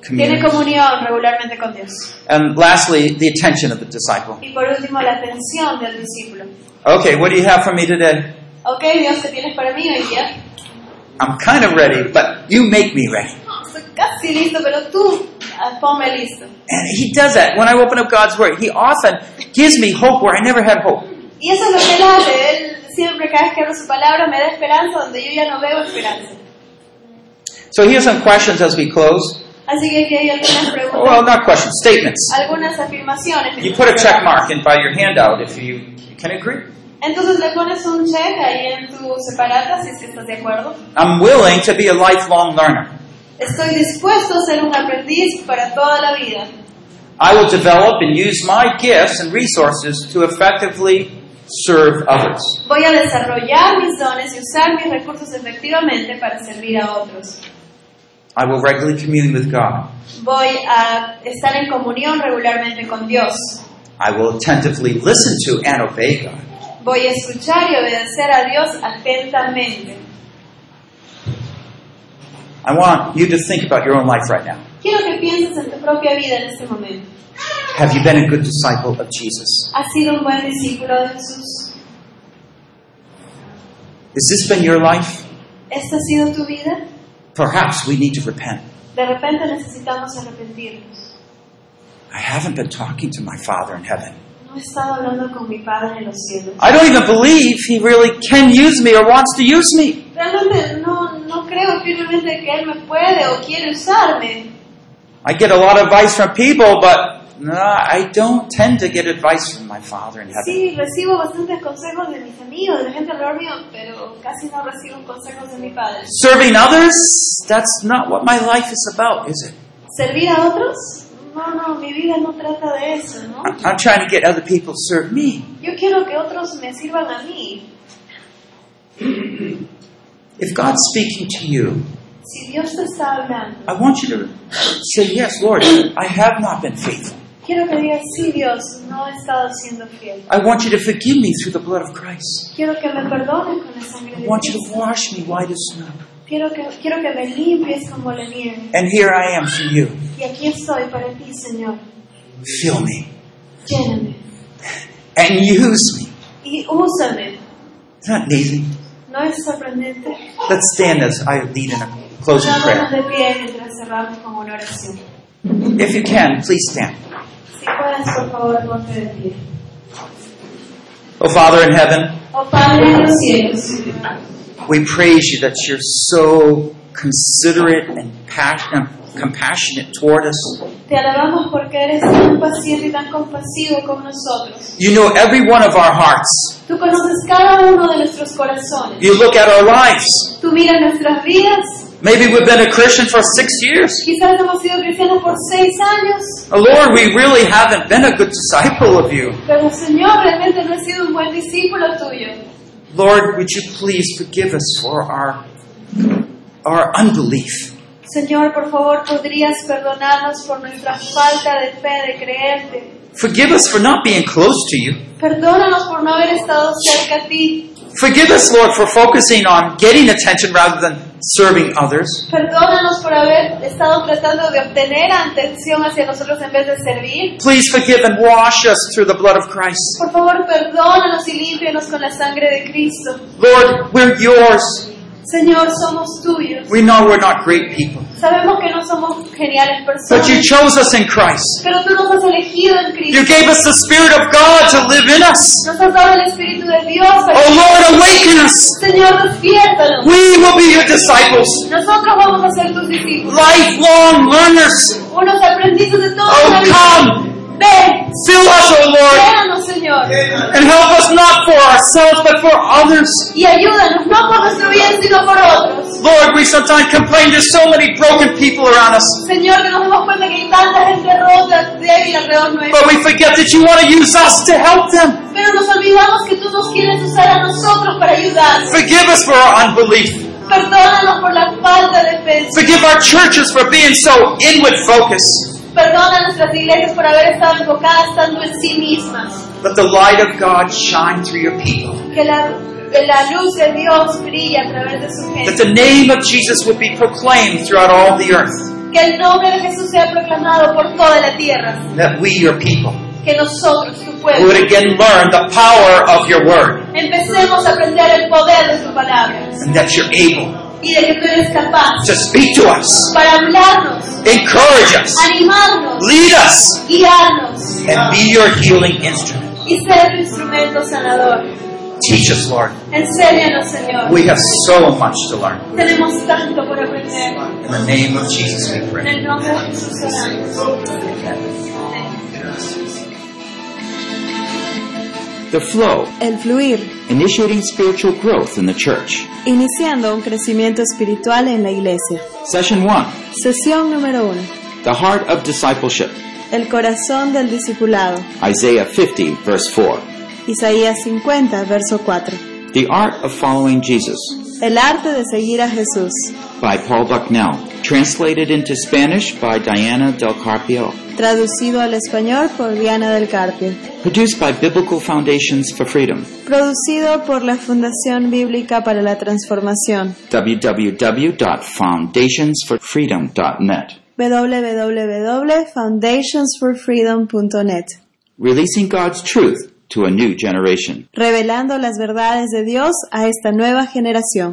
Speaker 4: Tiene
Speaker 3: community.
Speaker 4: comunión regularmente con Dios.
Speaker 3: And lastly, the attention of the disciple.
Speaker 4: Y por último, la atención del discípulo.
Speaker 3: Okay, what do you have for me today?
Speaker 4: Ok, Dios, ¿qué tienes para mí hoy día?
Speaker 3: I'm kind of ready, but you make me ready.
Speaker 4: Estoy casi listo, pero tú ah, ponme listo.
Speaker 3: And he does that when I open up God's Word. He often gives me hope where I never had hope.
Speaker 4: Y eso es lo que Él hace. Él siempre, cada vez que abro su palabra, me da esperanza donde yo ya no veo esperanza.
Speaker 3: So here's some questions as we close.
Speaker 4: Así que aquí hay algunas preguntas,
Speaker 3: Well, not questions, statements.
Speaker 4: algunas afirmaciones.
Speaker 3: You put a check mark in by your handout if you can agree.
Speaker 4: Entonces le pones un check ahí en tu separata, si es que estás de acuerdo.
Speaker 3: I'm willing to be a lifelong learner.
Speaker 4: Estoy dispuesto a ser un aprendiz para toda la vida.
Speaker 3: I will develop and use my gifts and resources to effectively serve others.
Speaker 4: Voy a desarrollar mis dones y usar mis recursos efectivamente para servir a otros.
Speaker 3: I will regularly commune with God.
Speaker 4: Voy a estar en comunión regularmente con Dios.
Speaker 3: I will attentively listen to and obey God.
Speaker 4: Voy a escuchar y obedecer a Dios atentamente.
Speaker 3: I want you to think about your own life right now.
Speaker 4: Quiero que pienses en tu propia vida en este momento.
Speaker 3: Have you been a good disciple of Jesus?
Speaker 4: ¿Has sido un buen discípulo de Jesús?
Speaker 3: Has this been your life?
Speaker 4: ¿Esta ha sido tu vida?
Speaker 3: Perhaps we need to repent.
Speaker 4: De repente necesitamos arrepentirnos.
Speaker 3: I haven't been talking to my Father in heaven.
Speaker 4: No he estado hablando con mi Padre en los cielos.
Speaker 3: I don't even believe He really can use me or wants to use me.
Speaker 4: Realmente no, no creo firmemente que Él me puede o quiere usarme.
Speaker 3: I get a lot of advice from people, but no, I don't tend to get advice from my Father in heaven.
Speaker 4: Sí, recibo bastantes consejos de mis amigos, de la gente alrededor mío, pero casi no recibo consejos de mi Padre.
Speaker 3: Serving others, that's not what my life is about, is it?
Speaker 4: ¿Servir a otros? No, no, mi vida no trata de eso, ¿no?
Speaker 3: I- I'm trying to get other people to serve me.
Speaker 4: Yo quiero que otros me sirvan a mí.
Speaker 3: If God's speaking to you,
Speaker 4: Si Dios te está hablando,
Speaker 3: I want you to say, Yes, Lord, I have not been faithful.
Speaker 4: quiero que digas, sí, Dios, no he estado siendo fiel.
Speaker 3: I want you to forgive me through the blood of Christ.
Speaker 4: Quiero que me perdones con la sangre
Speaker 3: I
Speaker 4: de
Speaker 3: want you
Speaker 4: Cristo.
Speaker 3: to wash me white as snow.
Speaker 4: Quiero que, quiero que me limpies como la nieve.
Speaker 3: And here I am for you.
Speaker 4: Y aquí estoy para ti, Señor.
Speaker 3: Fill me
Speaker 4: Lléname
Speaker 3: and use me.
Speaker 4: y úsame.
Speaker 3: Isn't that amazing?
Speaker 4: No es sorprendente.
Speaker 3: Let's stand as I lead in a closing prayer.
Speaker 4: Pongámonos de pie mientras cerramos con una oración.
Speaker 3: If you can, please stand.
Speaker 4: Si puedes, por favor, ponte de pie.
Speaker 3: Oh, Father in heaven,
Speaker 4: Oh Padre de los cielos,
Speaker 3: we praise you that you're so considerate and passionate, compassionate toward us.
Speaker 4: te alabamos porque eres tan paciente y tan compasivo con nosotros.
Speaker 3: You know every one of our hearts.
Speaker 4: Tú conoces cada uno de nuestros corazones.
Speaker 3: You look at our lives.
Speaker 4: Tú miras nuestras vidas.
Speaker 3: Maybe we've been a Christian for six years.
Speaker 4: Quizás hemos sido cristianos por seis años.
Speaker 3: Oh, Lord, we really haven't been a good disciple of you.
Speaker 4: Pero Señor, realmente no he sido un buen discípulo tuyo.
Speaker 3: Lord, would you please forgive us for our our unbelief?
Speaker 4: Señor, por favor, podrías perdonarnos por nuestra falta de fe, de creerte.
Speaker 3: Forgive us for not being close to you.
Speaker 4: Perdónanos por no haber estado cerca a ti.
Speaker 3: Forgive us, Lord, for focusing on getting attention rather than serving others.
Speaker 4: Perdónanos por haber estado tratando de obtener atención hacia nosotros en vez de servir.
Speaker 3: Please forgive and wash us through the blood of Christ.
Speaker 4: Por favor, perdónanos y límpianos con la sangre de Cristo.
Speaker 3: Lord, we're yours.
Speaker 4: Señor, somos tuyos.
Speaker 3: We know we're not great people,
Speaker 4: Sabemos que no somos geniales
Speaker 3: but you
Speaker 4: personas,
Speaker 3: chose us in Christ.
Speaker 4: pero tú nos has elegido en
Speaker 3: You
Speaker 4: Cristo.
Speaker 3: gave us the Spirit of God to live in us.
Speaker 4: Nos has dado el Espíritu de Dios. para
Speaker 3: Oh Lord, awaken us.
Speaker 4: Señor, despiértanos.
Speaker 3: We will be your disciples,
Speaker 4: Nosotros vamos a ser tus discípulos,
Speaker 3: lifelong learners.
Speaker 4: unos aprendices de toda la
Speaker 3: Oh,
Speaker 4: vida.
Speaker 3: come,
Speaker 4: Ven,
Speaker 3: fill us, oh Lord,
Speaker 4: llévanos, Señor,
Speaker 3: and help us not for ourselves, but for others.
Speaker 4: y ayúdanos, no por nuestro bien, sino por otros.
Speaker 3: Lord, we sometimes complain there's so many broken people around us,
Speaker 4: Señor, que nos demos cuenta que hay tanta gente rota, débil alrededor nuestro,
Speaker 3: but we forget that you want to use us to help them.
Speaker 4: pero nos olvidamos que tú nos quieres usar a nosotros para ayudarnos.
Speaker 3: Forgive us for our unbelief.
Speaker 4: Perdónanos por la falta de fe.
Speaker 3: Forgive our churches for being so inward focused.
Speaker 4: Perdona a nuestras iglesias por haber estado enfocadas tanto en sí mismas.
Speaker 3: Let the light of God shine through your people.
Speaker 4: Que la, que la luz de Dios brille a través de su
Speaker 3: That
Speaker 4: gente.
Speaker 3: the name of Jesus would be proclaimed throughout all the earth.
Speaker 4: que el nombre de Jesús sea proclamado por toda la tierra,
Speaker 3: that we, your people,
Speaker 4: que nosotros, tu
Speaker 3: would
Speaker 4: pueblo,
Speaker 3: again learn the power of your word
Speaker 4: empecemos a aprender el poder de tu palabra
Speaker 3: and that you're able
Speaker 4: y de que tú eres capaz
Speaker 3: to speak to us,
Speaker 4: para hablarnos,
Speaker 3: encourage us,
Speaker 4: animarnos,
Speaker 3: lead us,
Speaker 4: guiarnos
Speaker 3: and be your healing instrument.
Speaker 4: y ser tu instrumento sanador.
Speaker 3: Teach us, Lord.
Speaker 4: Enséñanos, Señor.
Speaker 3: We have so much to learn.
Speaker 4: Tenemos tanto por aprender.
Speaker 3: In the name of Jesus, we
Speaker 4: En
Speaker 3: pray.
Speaker 4: el nombre de Jesús oramos. Amén.
Speaker 1: The flow,
Speaker 2: El fluir,
Speaker 1: initiating spiritual growth in the church.
Speaker 2: iniciando un crecimiento espiritual en la iglesia.
Speaker 1: Session 1
Speaker 2: Sesión número 1.
Speaker 1: The Heart of Discipleship,
Speaker 2: El corazón del discipulado.
Speaker 1: Isaiah 50, verse 4.
Speaker 2: Isaías 50, verso 4.
Speaker 1: The Art of Following Jesus
Speaker 2: El arte de seguir a Jesús.
Speaker 1: by Paul Bucknell, translated into Spanish by Diana Del Carpio.
Speaker 2: Traducido al español por Diana del Carpio.
Speaker 1: Produced by Biblical Foundations for Freedom,
Speaker 2: Producido por la Fundación Bíblica para la Transformación.
Speaker 1: www.foundationsforfreedom.net.
Speaker 2: www.foundationsforfreedom.net.
Speaker 1: Releasing God's truth to a new generation.
Speaker 2: Revelando las verdades de Dios a esta nueva generación.